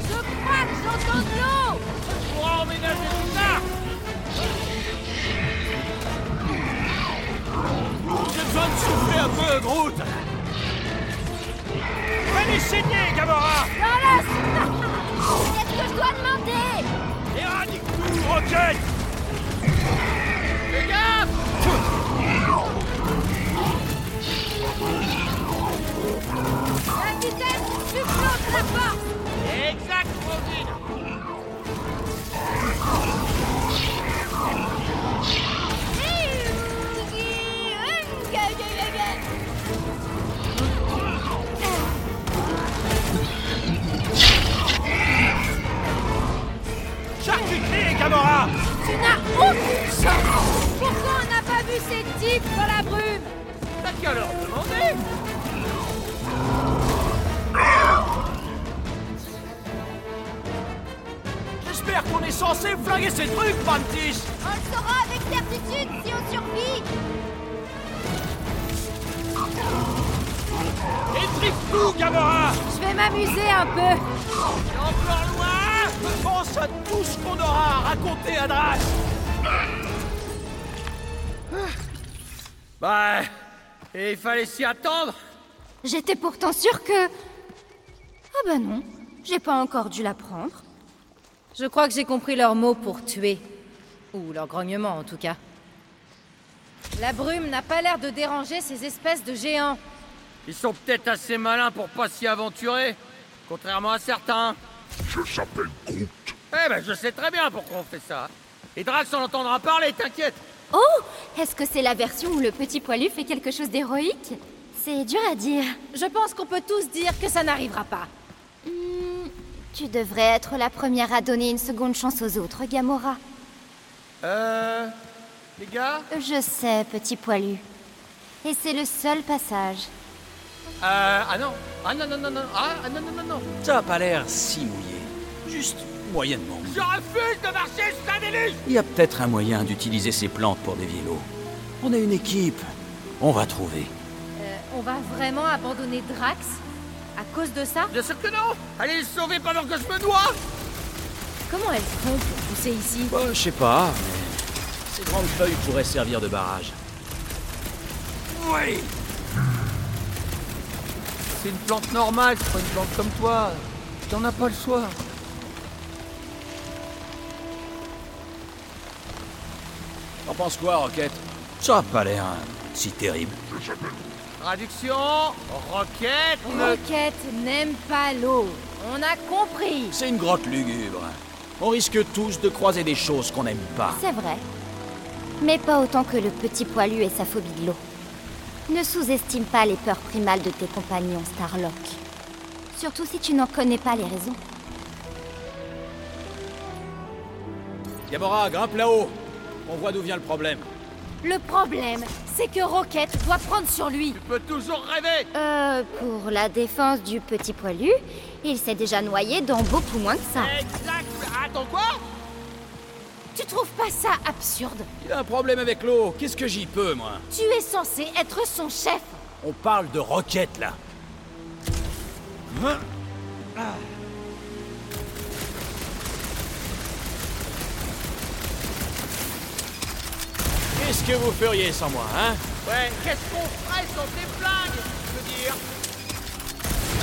Je crois que j'entends de l'eau
Pour emménager tout ça
J'ai besoin de souffler un peu, Groot Allez saigner, Gamora
Qu'est-ce que je dois demander
Éradique tout, Rocket
Fais gaffe
La vitesse du flot de la porte
Exact, Robin
Charcuterie, Gamora
Tu n'as aucune chance Pourquoi on n'a pas Ah, vu ces types dans la brume
T'as qu'à leur demander
J'espère qu'on est censé flinguer ces trucs, Mantis
On le saura avec certitude si on survit
Étrique tout, Gamora
Je vais m'amuser un peu.
Encore loin Pense à tout ce qu'on aura à raconter à Drax
Bah, et il fallait s'y attendre
J'étais pourtant sûre que... Ah bah non, j'ai pas encore dû l'apprendre.
Je crois que j'ai compris leurs mots pour tuer. Ou leur grognement, en tout cas. La brume n'a pas l'air de déranger ces espèces de géants.
Ils sont peut-être assez malins pour pas s'y aventurer, contrairement à certains.
Je s'appelle Groot.
Eh ben, je sais très bien pourquoi on fait ça. Et Drax en entendra parler, t'inquiète.
Oh Est-ce que c'est la version où le petit poilu fait quelque chose d'héroïque C'est dur à dire.
Je pense qu'on peut tous dire que ça n'arrivera pas.
Hmm, tu devrais être la première à donner une seconde chance aux autres, Gamora.
Euh... Les gars
Je sais, petit poilu. Et c'est le seul passage.
Euh... Ah non Ah non, non, non, non Ah, ah non, non, non, non
Ça a pas l'air si mouillé. Juste moyennement.
Je refuse de marcher sur un déluge
Il y a peut-être un moyen d'utiliser ces plantes pour dévier l'eau. On est une équipe. On va trouver.
Euh, on va vraiment abandonner Drax À cause de ça
Bien sûr que non Allez le sauver pendant que je me dois
Comment elles font pour pousser ici
Bah, je sais pas, mais. Ces grandes feuilles pourraient servir de barrage.
Oui C'est une plante normale, c'est pas une plante comme toi. T'en as pas le choix.
T'en penses quoi, Rocket Ça a pas l'air hein, si terrible.
Traduction, roquette, ne...
Rocket n'aime pas l'eau. On a compris.
C'est une grotte lugubre. On risque tous de croiser des choses qu'on n'aime pas.
C'est vrai. Mais pas autant que le petit poilu et sa phobie de l'eau. Ne sous-estime pas les peurs primales de tes compagnons, Starlock. Surtout si tu n'en connais pas les raisons.
Gamora, grimpe là-haut. On voit d'où vient le problème.
Le problème, c'est que Rocket doit prendre sur lui.
Tu peux toujours rêver
Euh, pour la défense du petit poilu, il s'est déjà noyé dans beaucoup moins que ça.
Exact Attends quoi
Euh, Tu trouves pas ça absurde
Il a un problème avec l'eau. Qu'est-ce que j'y peux, moi
Tu es censé être son chef.
On parle de Rocket, là. Hein Ah. Qu'est-ce que vous feriez sans moi, hein
Ouais, qu'est-ce qu'on ferait sans tes blagues Je veux dire...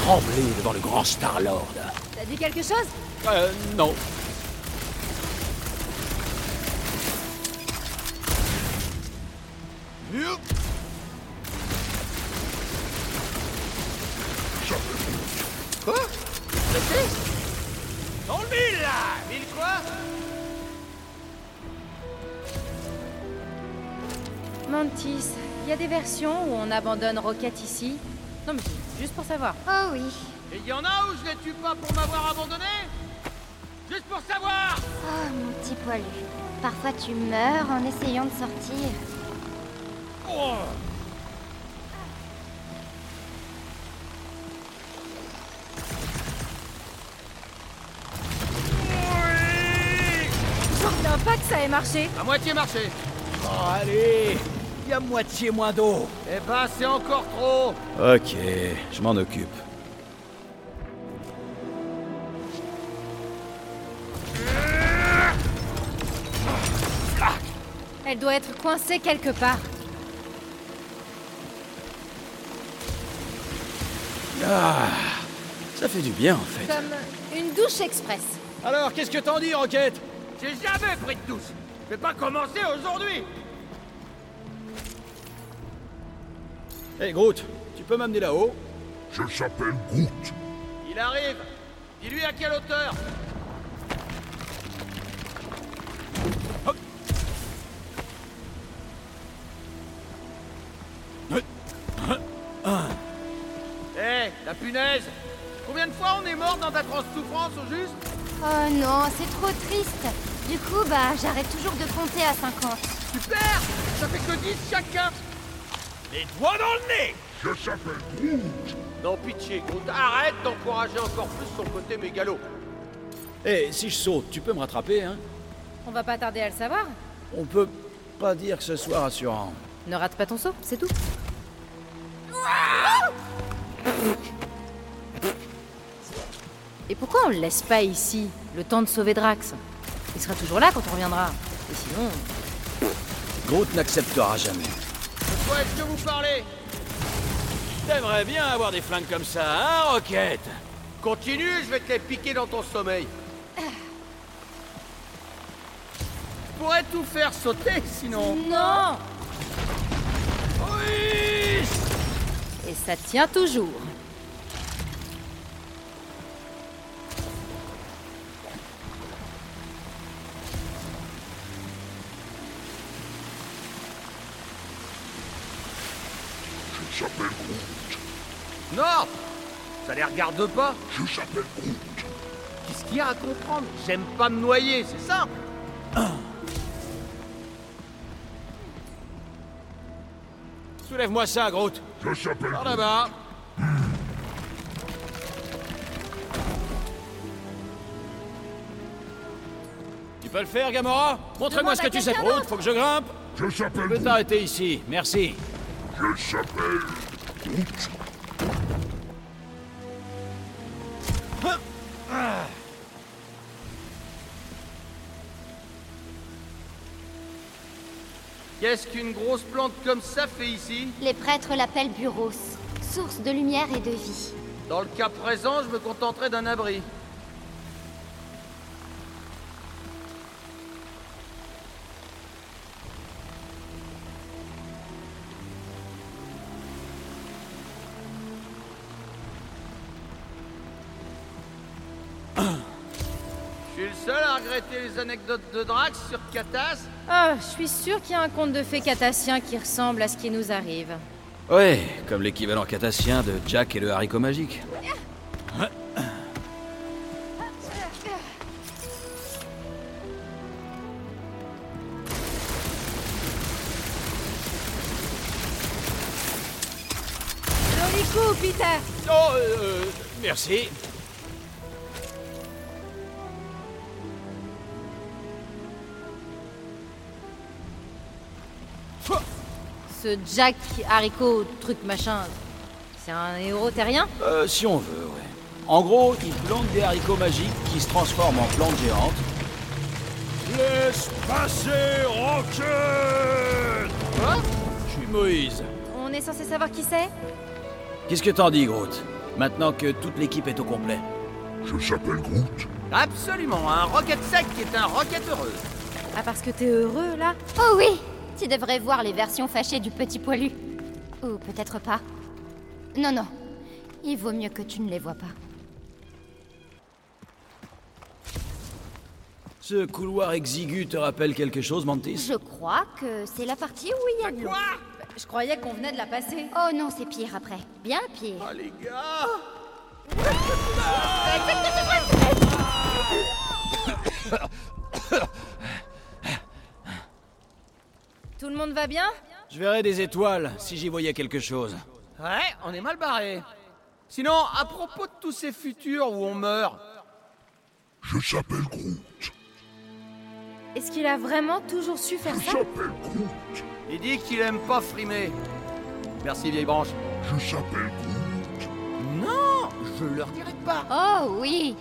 Trembler devant le grand Star-Lord.
T'as dit quelque chose
Euh, non.
Dans le mille, là Mille quoi
Mantis, il y a des versions où on abandonne Rocket ici. Non mais juste pour savoir.
Oh oui.
Et il y en a où je les tue pas pour m'avoir abandonné Juste pour savoir
Oh, mon petit poilu. Parfois tu meurs en essayant de sortir.
Oh.
J'en pas que ça ait marché.
À moitié marché
Oh, allez Il y a moitié moins d'eau.
Eh ben, c'est encore trop
Ok, je m'en occupe.
Elle doit être coincée quelque part.
Ça fait du bien, en fait.
Comme une douche express.
Alors, qu'est-ce que t'en dis, Rocket
J'ai jamais pris de douche Je vais pas commencer aujourd'hui
Hé, Eh, Groot, tu peux m'amener là-haut
Je s'appelle Groot.
Il arrive Dis-lui à quelle hauteur Hé, Eh, la punaise Combien de fois on est mort dans ta grosse souffrance au juste
Oh non, c'est trop triste. Du coup, bah, j'arrête toujours de compter à 50.
Super Ça fait que 10 chacun Les doigts dans le nez
Je s'appelle Groot.
Non, pitié, Groot, arrête d'encourager encore plus son côté mégalo
Hé, Eh, si je saute, tu peux me rattraper, hein
On va pas tarder à le savoir.
On peut pas dire que ce soit rassurant.
Ne rate pas ton saut, c'est tout. Et pourquoi on le laisse pas ici, le temps de sauver Drax Il sera toujours là quand on reviendra. Et sinon,
Groot n'acceptera jamais.
De quoi est-ce que vous parlez
T'aimerais bien avoir des flingues comme ça, hein, Rocket
Continue, je vais te les piquer dans ton sommeil. Je pourrais tout faire sauter sinon.
Non Et ça tient toujours.
Je s'appelle Groot.
Non Ça les regarde pas
Je s'appelle Groot.
Qu'est-ce qu'il y a à comprendre J'aime pas me noyer, c'est simple
Soulève-moi ça, Groot.
Je s'appelle
Par là-bas. peux le faire, Gamora Montre-moi
Demande
ce que
à
tu sais.
quelqu'un
Groot,
d'autre.
faut que je grimpe
Je
Je
s'appelle
peux
Groot.
t'arrêter ici, merci.
Je s'appelle Groot.
Qu'est-ce qu'une grosse plante comme ça fait ici
Les prêtres l'appellent Buros, source de lumière et de vie.
Dans le cas présent, je me contenterai d'un abri. Je suis le seul à regretter les anecdotes de Drax sur Katas
Ah, je suis sûre qu'il y a un conte de fées catassien qui ressemble à ce qui nous arrive.
Ouais, comme l'équivalent catassien de Jack et le haricot magique.
Joli coup, Peter
Oh, euh, merci.
Ce Jack haricot truc machin, c'est un héros terrien
Euh, si on veut, ouais. En gros, il plante des haricots magiques qui se transforment en plantes géantes. Laisse passer, Rocket Quoi Je suis Moïse.
On est censé savoir qui c'est
Qu'est-ce que t'en dis, Groot Maintenant que toute l'équipe est au complet.
Je s'appelle Groot.
Absolument, un rocket sec qui est un rocket heureux.
Ah, parce que t'es heureux, là
Oh oui Tu devrais voir les versions fâchées du petit poilu. Ou peut-être pas. Non, non. Il vaut mieux que tu ne les vois pas.
Ce couloir exigu te rappelle quelque chose, Mantis
Je crois que c'est la partie où il y a de l'eau.
Je croyais qu'on venait de la passer.
Oh non, c'est pire après. Bien pire.
Oh les gars
Tout le monde va bien
Je verrais des étoiles si j'y voyais quelque chose.
Ouais, on est mal barré. Sinon, à propos de tous ces futurs où on meurt,
Je s'appelle Groot.
Est-ce qu'il a vraiment toujours su faire
Je
ça
s'appelle Groot.
il dit qu'il aime pas frimer. Merci vieille branche.
Je s'appelle Groot.
Non, je leur dirai pas.
Oh oui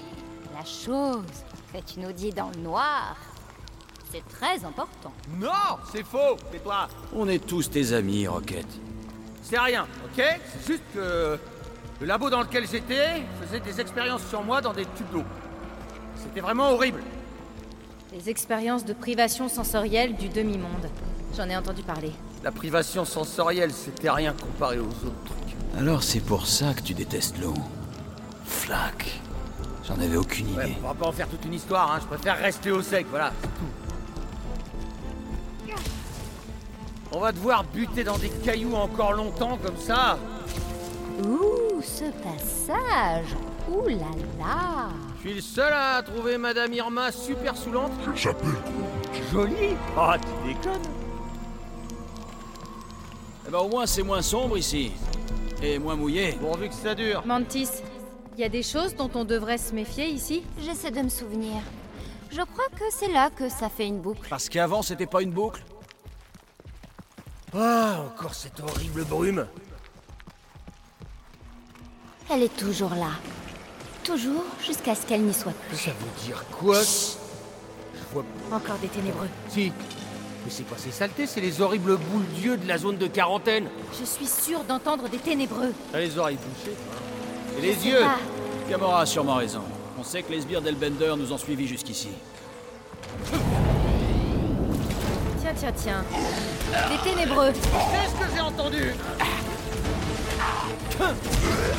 La chose que tu nous dis dans le noir, c'est très important.
Non, c'est faux. C'est toi.
On est tous tes amis, Rocket.
C'est rien, ok C'est juste que le labo dans lequel j'étais faisait des expériences sur moi dans des tubes d'eau. C'était vraiment horrible.
Les expériences de privation sensorielle du demi-monde. J'en ai entendu parler.
La privation sensorielle, c'était rien comparé aux autres trucs.
Alors c'est pour ça que tu détestes l'eau. Flac. J'en avais aucune idée.
Ouais, on va pas en faire toute une histoire, hein. je préfère rester au sec, voilà, c'est tout. On va devoir buter dans des cailloux encore longtemps comme ça.
Ouh, ce passage Ouh là là
Je suis le seul à trouver Madame Irma super saoulante.
Je s'appelle Groot.
Jolie Oh, tu déconnes
Eh ben au moins c'est moins sombre ici. Et moins mouillé.
Bon, vu que ça dure.
Mantis, il y a des choses dont on devrait se méfier ici
J'essaie de me souvenir. Je crois que c'est là que ça fait une boucle.
Parce qu'avant c'était pas une boucle
Ah, encore cette horrible brume.
Elle est toujours là. Toujours jusqu'à ce qu'elle n'y soit plus.
Ça veut dire quoi Je vois...
Encore des ténébreux.
Si. Mais c'est quoi ces saletés C'est les horribles boules d'yeux de la zone de quarantaine.
Je suis sûre d'entendre des ténébreux.
T'as les oreilles bouchées, toi. Et les yeux
Ah,
Gamora a sûrement raison. On sait que les sbires d'Elbender nous ont suivis jusqu'ici.
Tiens, tiens, tiens. Des ténébreux.
C'est ce que j'ai entendu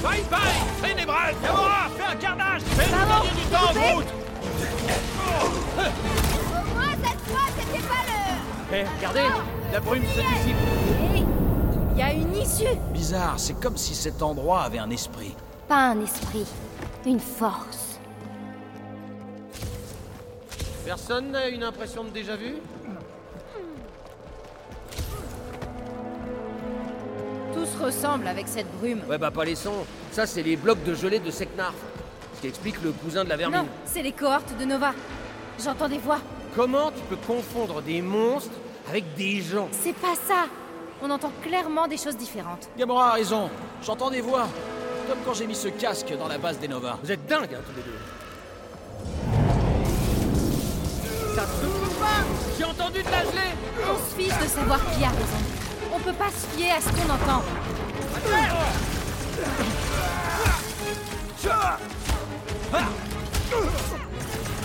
Bye bye Ténébral Gamora Fais un carnage Fais
Pardon,
gagner du temps,
coupé.
Groot
moi, cette fois, c'était pas le...
Eh, regardez
Ah.
La brume se dissipe.
Il y a une issue
Bizarre, c'est comme si cet endroit avait un esprit.
Pas un esprit, une force.
Personne n'a une impression de déjà vu
Tout se ressemble avec cette brume.
Ouais, bah pas les sons. Ça, c'est les blocs de gelée de Seknarf. Ce qui explique le cousin de la vermine.
Non, c'est les cohortes de Nova. J'entends des voix.
Comment tu peux confondre des monstres avec des gens
C'est pas ça On entend clairement des choses différentes.
Gamora a raison. J'entends des voix. Comme quand j'ai mis ce casque dans la base des Nova.
Vous êtes dingues, hein, tous les deux Ça se trouve pas J'ai entendu de la gelée
On se fiche de savoir qui a raison. On peut pas se fier à ce qu'on entend.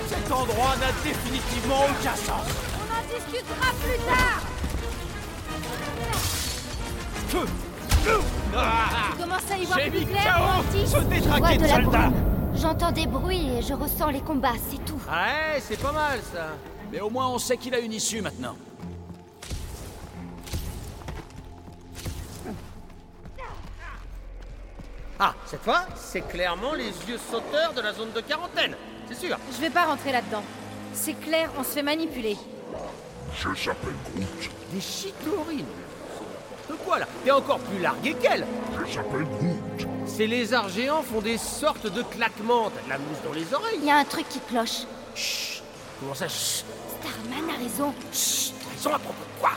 Cet endroit n'a définitivement aucun sens.
On en discutera plus tard Tu commences à y voir
J'ai
plus
mis
clair,
KO
Monty
ce
Je vois
détraqué
de
de
la
soldat.
brume. J'entends des bruits et je ressens les combats, c'est tout.
Ouais, c'est pas mal, ça
Mais au moins on sait qu'il a une issue maintenant.
Ah, cette fois, c'est clairement les yeux sauteurs de la zone de quarantaine, c'est sûr
Je vais pas rentrer là-dedans. C'est clair, on se fait manipuler.
Je s'appelle Groot.
Des chitorines De quoi, là T'es encore plus largué qu'elle
Je s'appelle Groot.
Ces lézards géants font des sortes de claquements, t'as de la mousse dans les
Il
oreilles
y a un truc qui cloche.
Comment ça chut,
Starman a raison.
Ils ont à propos de quoi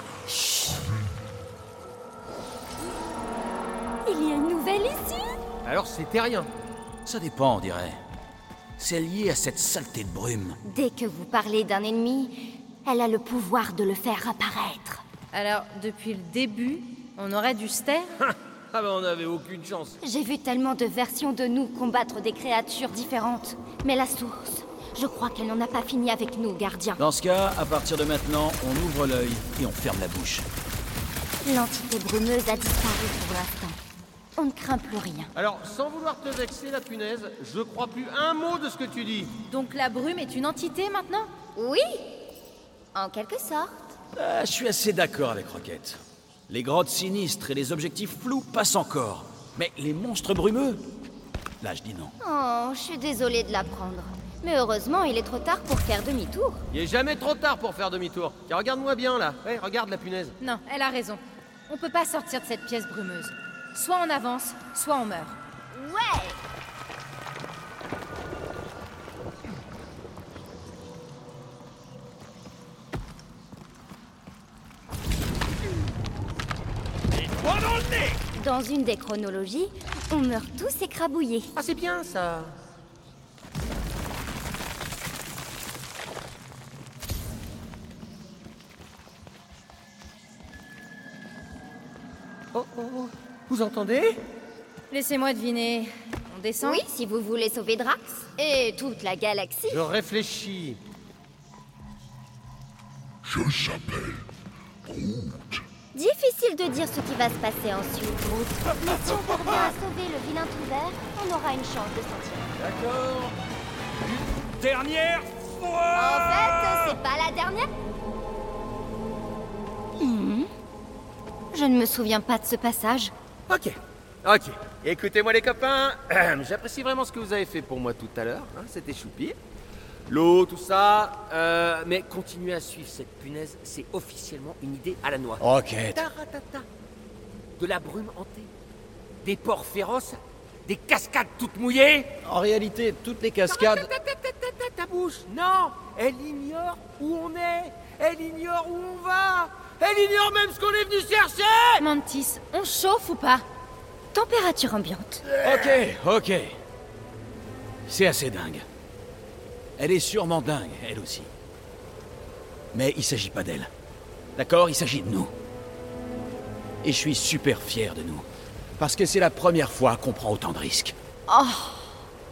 Il y a une nouvelle issue
Alors c'était rien.
Ça dépend, on dirait. C'est lié à cette saleté de brume.
Dès que vous parlez d'un ennemi, elle a le pouvoir de le faire apparaître.
Alors, depuis le début, on aurait dû se taire
Ah bah on n'avait aucune chance.
J'ai vu tellement de versions de nous combattre des créatures différentes. Mais la source, je crois qu'elle n'en a pas fini avec nous, gardiens.
Dans ce cas, à partir de maintenant, on ouvre l'œil et on ferme la bouche.
L'entité brumeuse a disparu pour l'instant. On ne craint plus rien.
Alors, sans vouloir te vexer la punaise, je crois plus un mot de ce que tu dis.
Donc la brume est une entité maintenant
Oui En quelque sorte.
Ah, je suis assez d'accord avec Rocket. Les grottes sinistres et les objectifs flous passent encore. Mais les monstres brumeux Là, je dis non.
Oh, je suis désolée de l'apprendre. Mais heureusement, il est trop tard pour faire demi-tour.
Il est jamais trop tard pour faire demi-tour. Tiens, regarde-moi bien là. Ouais, regarde la punaise.
Non, elle a raison. On peut pas sortir de cette pièce brumeuse. Soit on avance, soit on meurt.
Ouais Dans une des chronologies, on meurt tous écrabouillés.
Ah, c'est bien ça. Oh, oh, oh. Vous entendez
Laissez-moi deviner. On descend
Oui, si vous voulez sauver Drax et toute la galaxie.
Je réfléchis.
Je s'appelle Groot.
Difficile de dire ce qui va se passer ensuite, Groot. Mais si on parvient à sauver le vilain trou vert, on aura une chance de s'en tirer.
D'accord. Dernière fois
En fait, c'est pas la dernière. Hmm. Je ne me souviens pas de ce passage.
Ok. Ok. Écoutez-moi les copains. Ahem, J'apprécie vraiment ce que vous avez fait pour moi tout à l'heure. hein, C'était choupi. L'eau, tout ça. euh, mais continuez à suivre cette punaise. C'est officiellement une idée à la noix.
Rocket.
Taratata. De la brume hantée. Des porcs féroces. Des cascades toutes mouillées.
En réalité, toutes les cascades...
Taratata, Ta bouche. Non. Elle ignore où on est. Elle ignore où on va. Elle ignore même ce qu'on est venu chercher.
Mantis, on chauffe ou pas
Température ambiante.
Ok, ok. C'est assez dingue. Elle est sûrement dingue, elle aussi. Mais il s'agit pas d'elle. D'accord Il s'agit de nous. Et je suis super fier de nous. Parce que c'est la première fois qu'on prend autant de risques.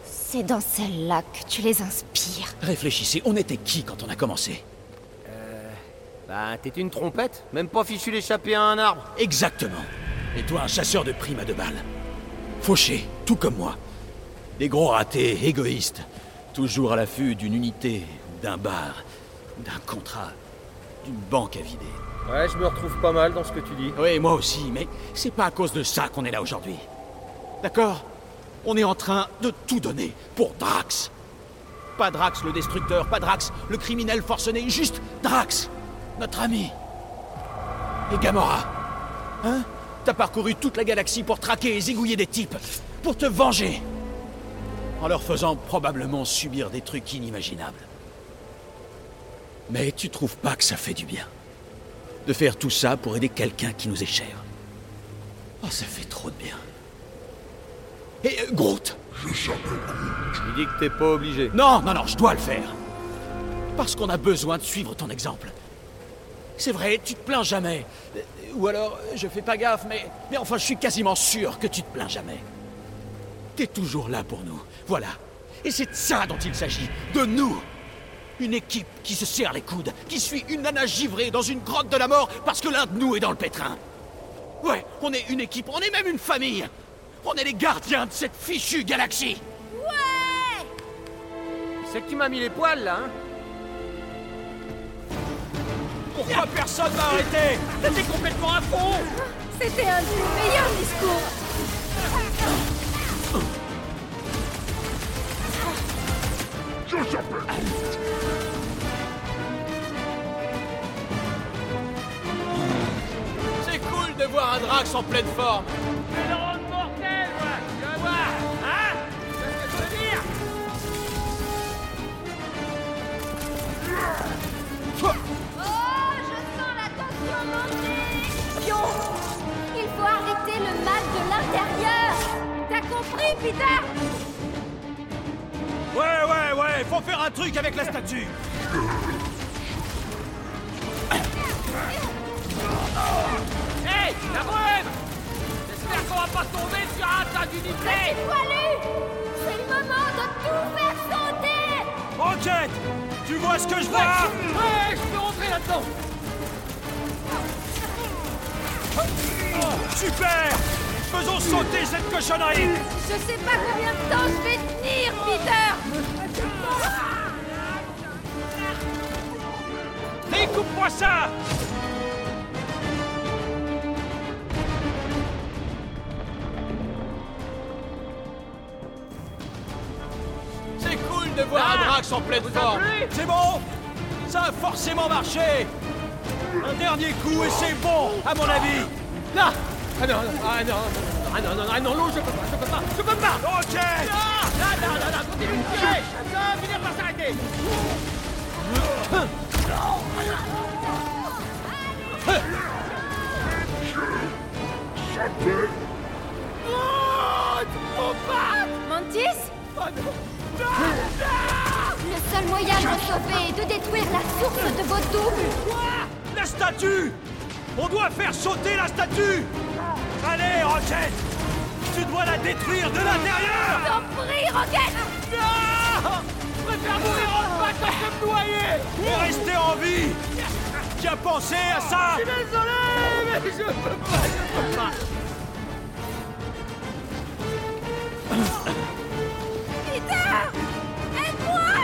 C'est dans celle-là que tu les inspires.
Réfléchissez, on était qui quand on a commencé
Bah, t'es une trompette. Même pas fichu d'échapper à un arbre.
Exactement. Et toi, un chasseur de primes à deux balles. Fauché, tout comme moi. Des gros ratés, égoïstes. Toujours à l'affût d'une unité, d'un bar, d'un contrat, d'une banque à vider.
Ouais, Eh, je me retrouve pas mal dans ce que tu dis.
Oui, moi aussi, mais c'est pas à cause de ça qu'on est là aujourd'hui. D'accord On est en train de tout donner pour Drax. Pas Drax le destructeur, pas Drax le criminel forcené, juste Drax, notre ami. Et Gamora. Hein T'as parcouru toute la galaxie pour traquer et zigouiller des types, pour te venger. En leur faisant probablement subir des trucs inimaginables.
Mais tu trouves pas que ça fait du bien De faire tout ça pour aider quelqu'un qui nous est cher. Oh, ça fait trop de bien. Et euh, Groot
Il dit que t'es pas obligé.
Non, non, non, je dois le faire. Parce qu'on a besoin de suivre ton exemple. C'est vrai, tu te plains jamais. Euh, Ou alors, euh, je fais pas gaffe, mais, mais enfin, je suis quasiment sûr que tu te plains jamais. T'es toujours là pour nous, voilà. Et c'est de ça dont il s'agit, de nous. Une équipe qui se serre les coudes, qui suit une nana givrée dans une grotte de la mort parce que l'un de nous est dans le pétrin. Ouais, on est une équipe, on est même une famille. On est les gardiens de cette fichue galaxie.
C'est que tu m'as mis les poils là, hein
Pourquoi personne m'a arrêté T'étais complètement à fond
C'était un des meilleurs discours
Je s'appelle Groot.
C'est cool de voir un Drax en pleine forme.
hein?
Oh, je sens la tension monter Pion Il faut arrêter le mal de l'intérieur T'as compris, Peter
Ouais, ouais, ouais, faut faire un truc avec la statue.
Hey, la brume J'espère qu'on va pas tomber sur un tas d'unités
Poilu C'est le moment de tout faire sauter
Enquête Tu vois ce que je vois
Ouais, je peux rentrer là-dedans
Super Faisons sauter cette cochonnerie
Je sais pas combien de temps je vais tenir, Peter
Découpe-moi ça C'est cool de voir un Drax Ah. en pleine forme C'est bon Ça a forcément marché Un dernier coup et c'est bon, à mon avis
Là Ah non, ah non, ah non, non, ah non, non, je peux pas, je peux pas, je peux pas
Ok
Ah, Là, là, là, là, continue de tirer Ça va finir par s'arrêter
Mantis
Le seul moyen de me sauver est de détruire la source de vos doubles
La statue On doit faire sauter la statue Allez, Rocket Tu dois la détruire de l'intérieur
T'en prie, Rocket
Ah Préfère mourir en patte que me noyer Et rester en vie Tu as pensé à ça
Désolé, mais je peux pas, je peux pas
Peter Aide-moi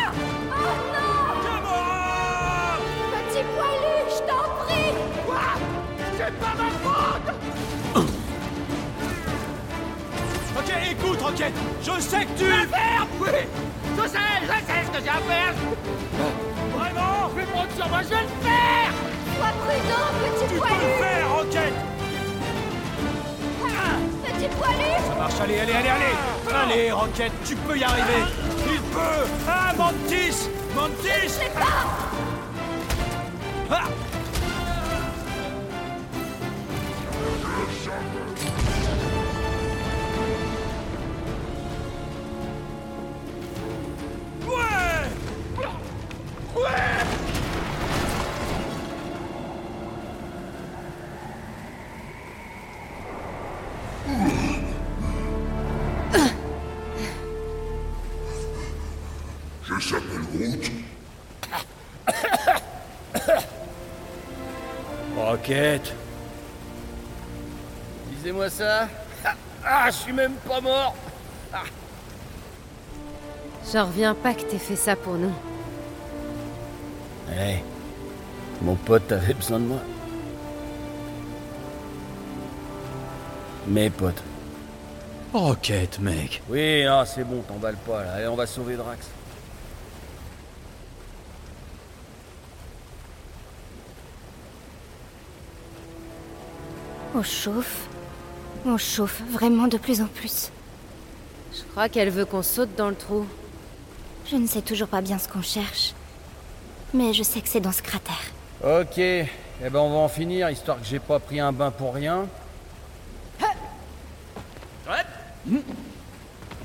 Oh non
Gamora
Petit poilu, je t'en prie
Ok, écoute, Rocket Je sais que tu...
Merde, oui Je sais, je sais ce que j'ai à faire
Vraiment
Je vais prendre sur moi, je vais le faire
Sois prudent, petit
Tu peux le
poilu
faire, Rocket
Petit poilu
Marche, allez, allez, allez, allez Allez, Rocket, tu peux y arriver Il peut Ah, Mantis Mantis
C'est pas
Ah Ouais
Je s'appelle Groot.
Rocket
Disez-moi ça Ah, ah, je suis même pas mort
J'en reviens pas que t'aies fait ça pour nous.
Eh, mon pote avait besoin de moi. Mes potes.
Rocket, mec
Oui, ah, c'est bon, t'emballe pas là. Allez, on va sauver Drax.
On chauffe. On chauffe vraiment de plus en plus.
Je crois qu'elle veut qu'on saute dans le trou.
Je ne sais toujours pas bien ce qu'on cherche. mais je sais que c'est dans ce cratère.
Ok, eh ben on va en finir, histoire que j'ai pas pris un bain pour rien.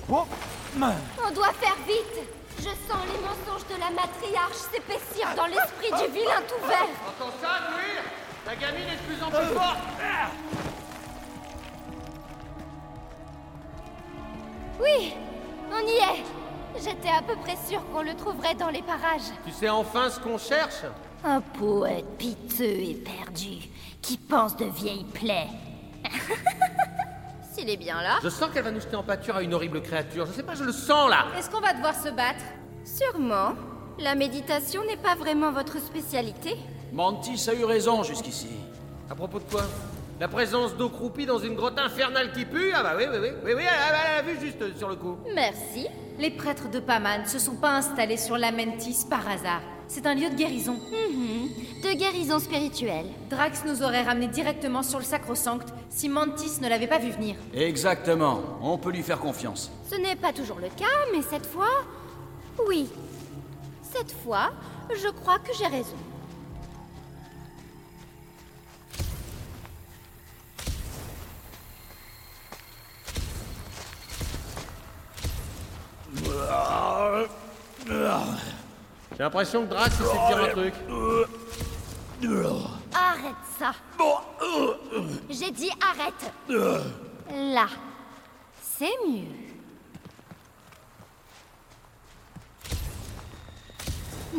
On doit faire vite Je sens les mensonges de la matriarche s'épaissir dans l'esprit du vilain tout vert
Entends ça, Louis La gamine est de plus en plus forte
Oui, on y est J'étais à peu près sûre qu'on le trouverait dans les parages.
Tu sais enfin ce qu'on cherche
Un poète piteux et perdu, qui pense de vieilles plaies.
S'il est bien là.
Je sens qu'elle va nous jeter en pâture à une horrible créature. Je sais pas, je le sens là
Est-ce qu'on va devoir se battre
Sûrement. La méditation n'est pas vraiment votre spécialité.
Mantis a eu raison jusqu'ici.
À propos de quoi La présence d'eau croupie dans une grotte infernale qui pue Ah bah oui, oui, oui, oui, oui, elle a- elle a vu juste euh, sur le coup.
Merci.
Les prêtres de Paman se sont pas installés sur la Mentis par hasard. C'est un lieu de guérison.
De guérison spirituelle.
Drax nous aurait ramenés directement sur le Sacro-Sancte si Mantis ne l'avait pas vu venir.
Exactement, on peut lui faire confiance.
Ce n'est pas toujours le cas, mais cette fois... Oui. Cette fois, je crois que j'ai raison.
J'ai l'impression que Drax il sait dire un truc.
Arrête ça. J'ai dit arrête. Là. C'est mieux.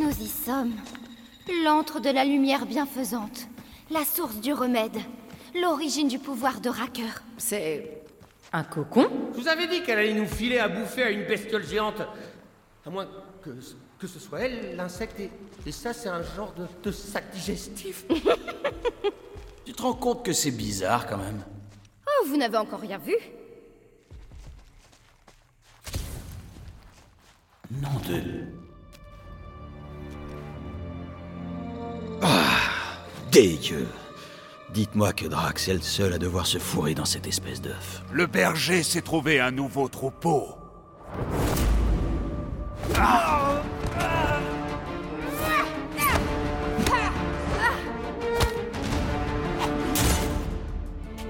Nous y sommes. L'antre de la lumière bienfaisante. La source du remède. L'origine du pouvoir de Racker.
C'est. un cocon
Je vous avais dit qu'elle allait nous filer à bouffer à une bestiole géante. À moins que, que ce soit elle, l'insecte. Et, et ça, c'est un genre de, de sac digestif.
Tu te rends compte que c'est bizarre quand même
Oh, vous n'avez encore rien vu
Nom de...
Ah, Dégueu Dites-moi que Drax est le seul à devoir se fourrer dans cette espèce d'œuf.
Le berger s'est trouvé un nouveau troupeau.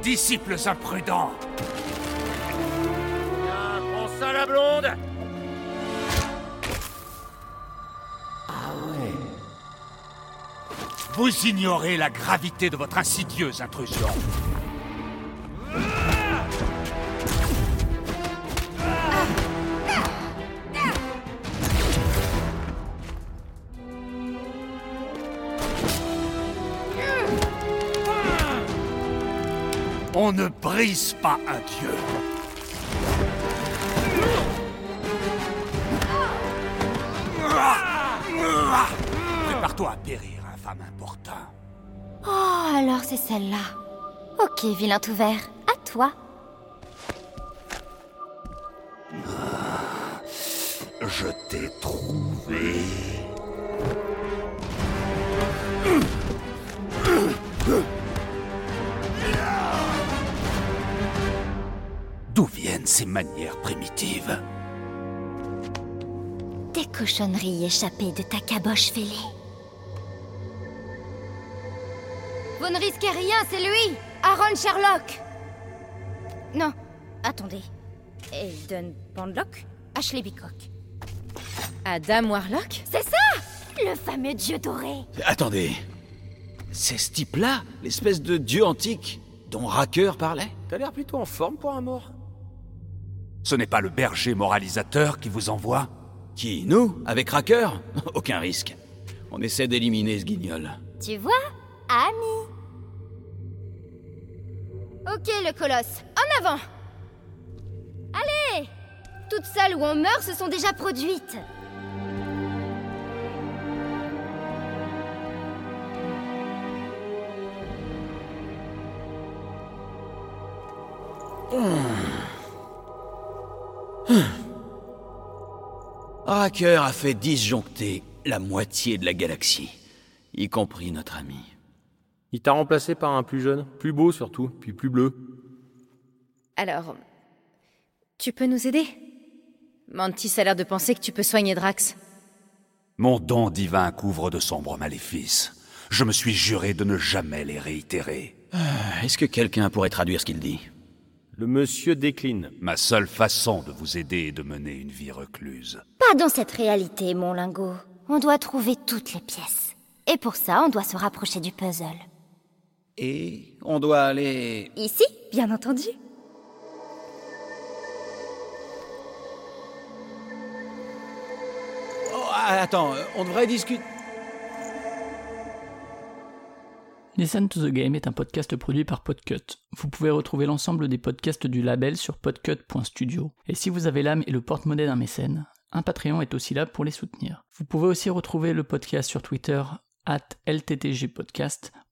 Disciples imprudents,
Tiens, prends ça, la blonde
Ah vous ignorez la gravité de votre insidieuse intrusion. On ne brise pas un dieu. Prépare-toi à périr, infâme importun.
Oh, alors c'est celle-là. Ok, vilain tout vert, à toi.
Je t'ai trouvé. D'où viennent ces manières primitives
Des cochonneries échappées de ta caboche fêlée. Vous ne risquez rien, c'est lui Aaron Sherlock Non, attendez. Elden Pandlock Ashley Bicock.
Adam Warlock
C'est ça Le fameux dieu doré
Attendez C'est ce type-là L'espèce de dieu antique dont Racker parlait
T'as l'air plutôt en forme pour un mort.
Ce n'est pas le berger moralisateur qui vous envoie
Qui, nous Avec Racker Aucun risque. On essaie d'éliminer ce guignol.
Tu vois Ami Ok, le colosse, en avant Allez Toutes celles où on meurt se sont déjà produites
Racker a fait disjoncter la moitié de la galaxie, y compris notre ami.
Il t'a remplacé par un plus jeune, plus beau surtout, puis plus bleu.
Alors. Tu peux nous aider Mantis a l'air de penser que tu peux soigner Drax.
Mon don divin couvre de sombres maléfices. Je me suis juré de ne jamais les réitérer.
Ah, Est-ce que quelqu'un pourrait traduire ce qu'il dit
Le monsieur décline. Ma seule façon de vous aider est de mener une vie recluse.
Pas dans cette réalité, mon lingot. On doit trouver toutes les pièces. Et pour ça, on doit se rapprocher du puzzle.
Et on doit aller...
Ici, bien entendu.
Oh, ah, attends, euh, on devrait discuter...
Listen to the Game est un podcast produit par Podcut. Vous pouvez retrouver l'ensemble des podcasts du label sur podcut.studio. Et si vous avez l'âme et le porte-monnaie d'un mécène, un Patreon est aussi là pour les soutenir. Vous pouvez aussi retrouver le podcast sur Twitter, at LTTGpodcast,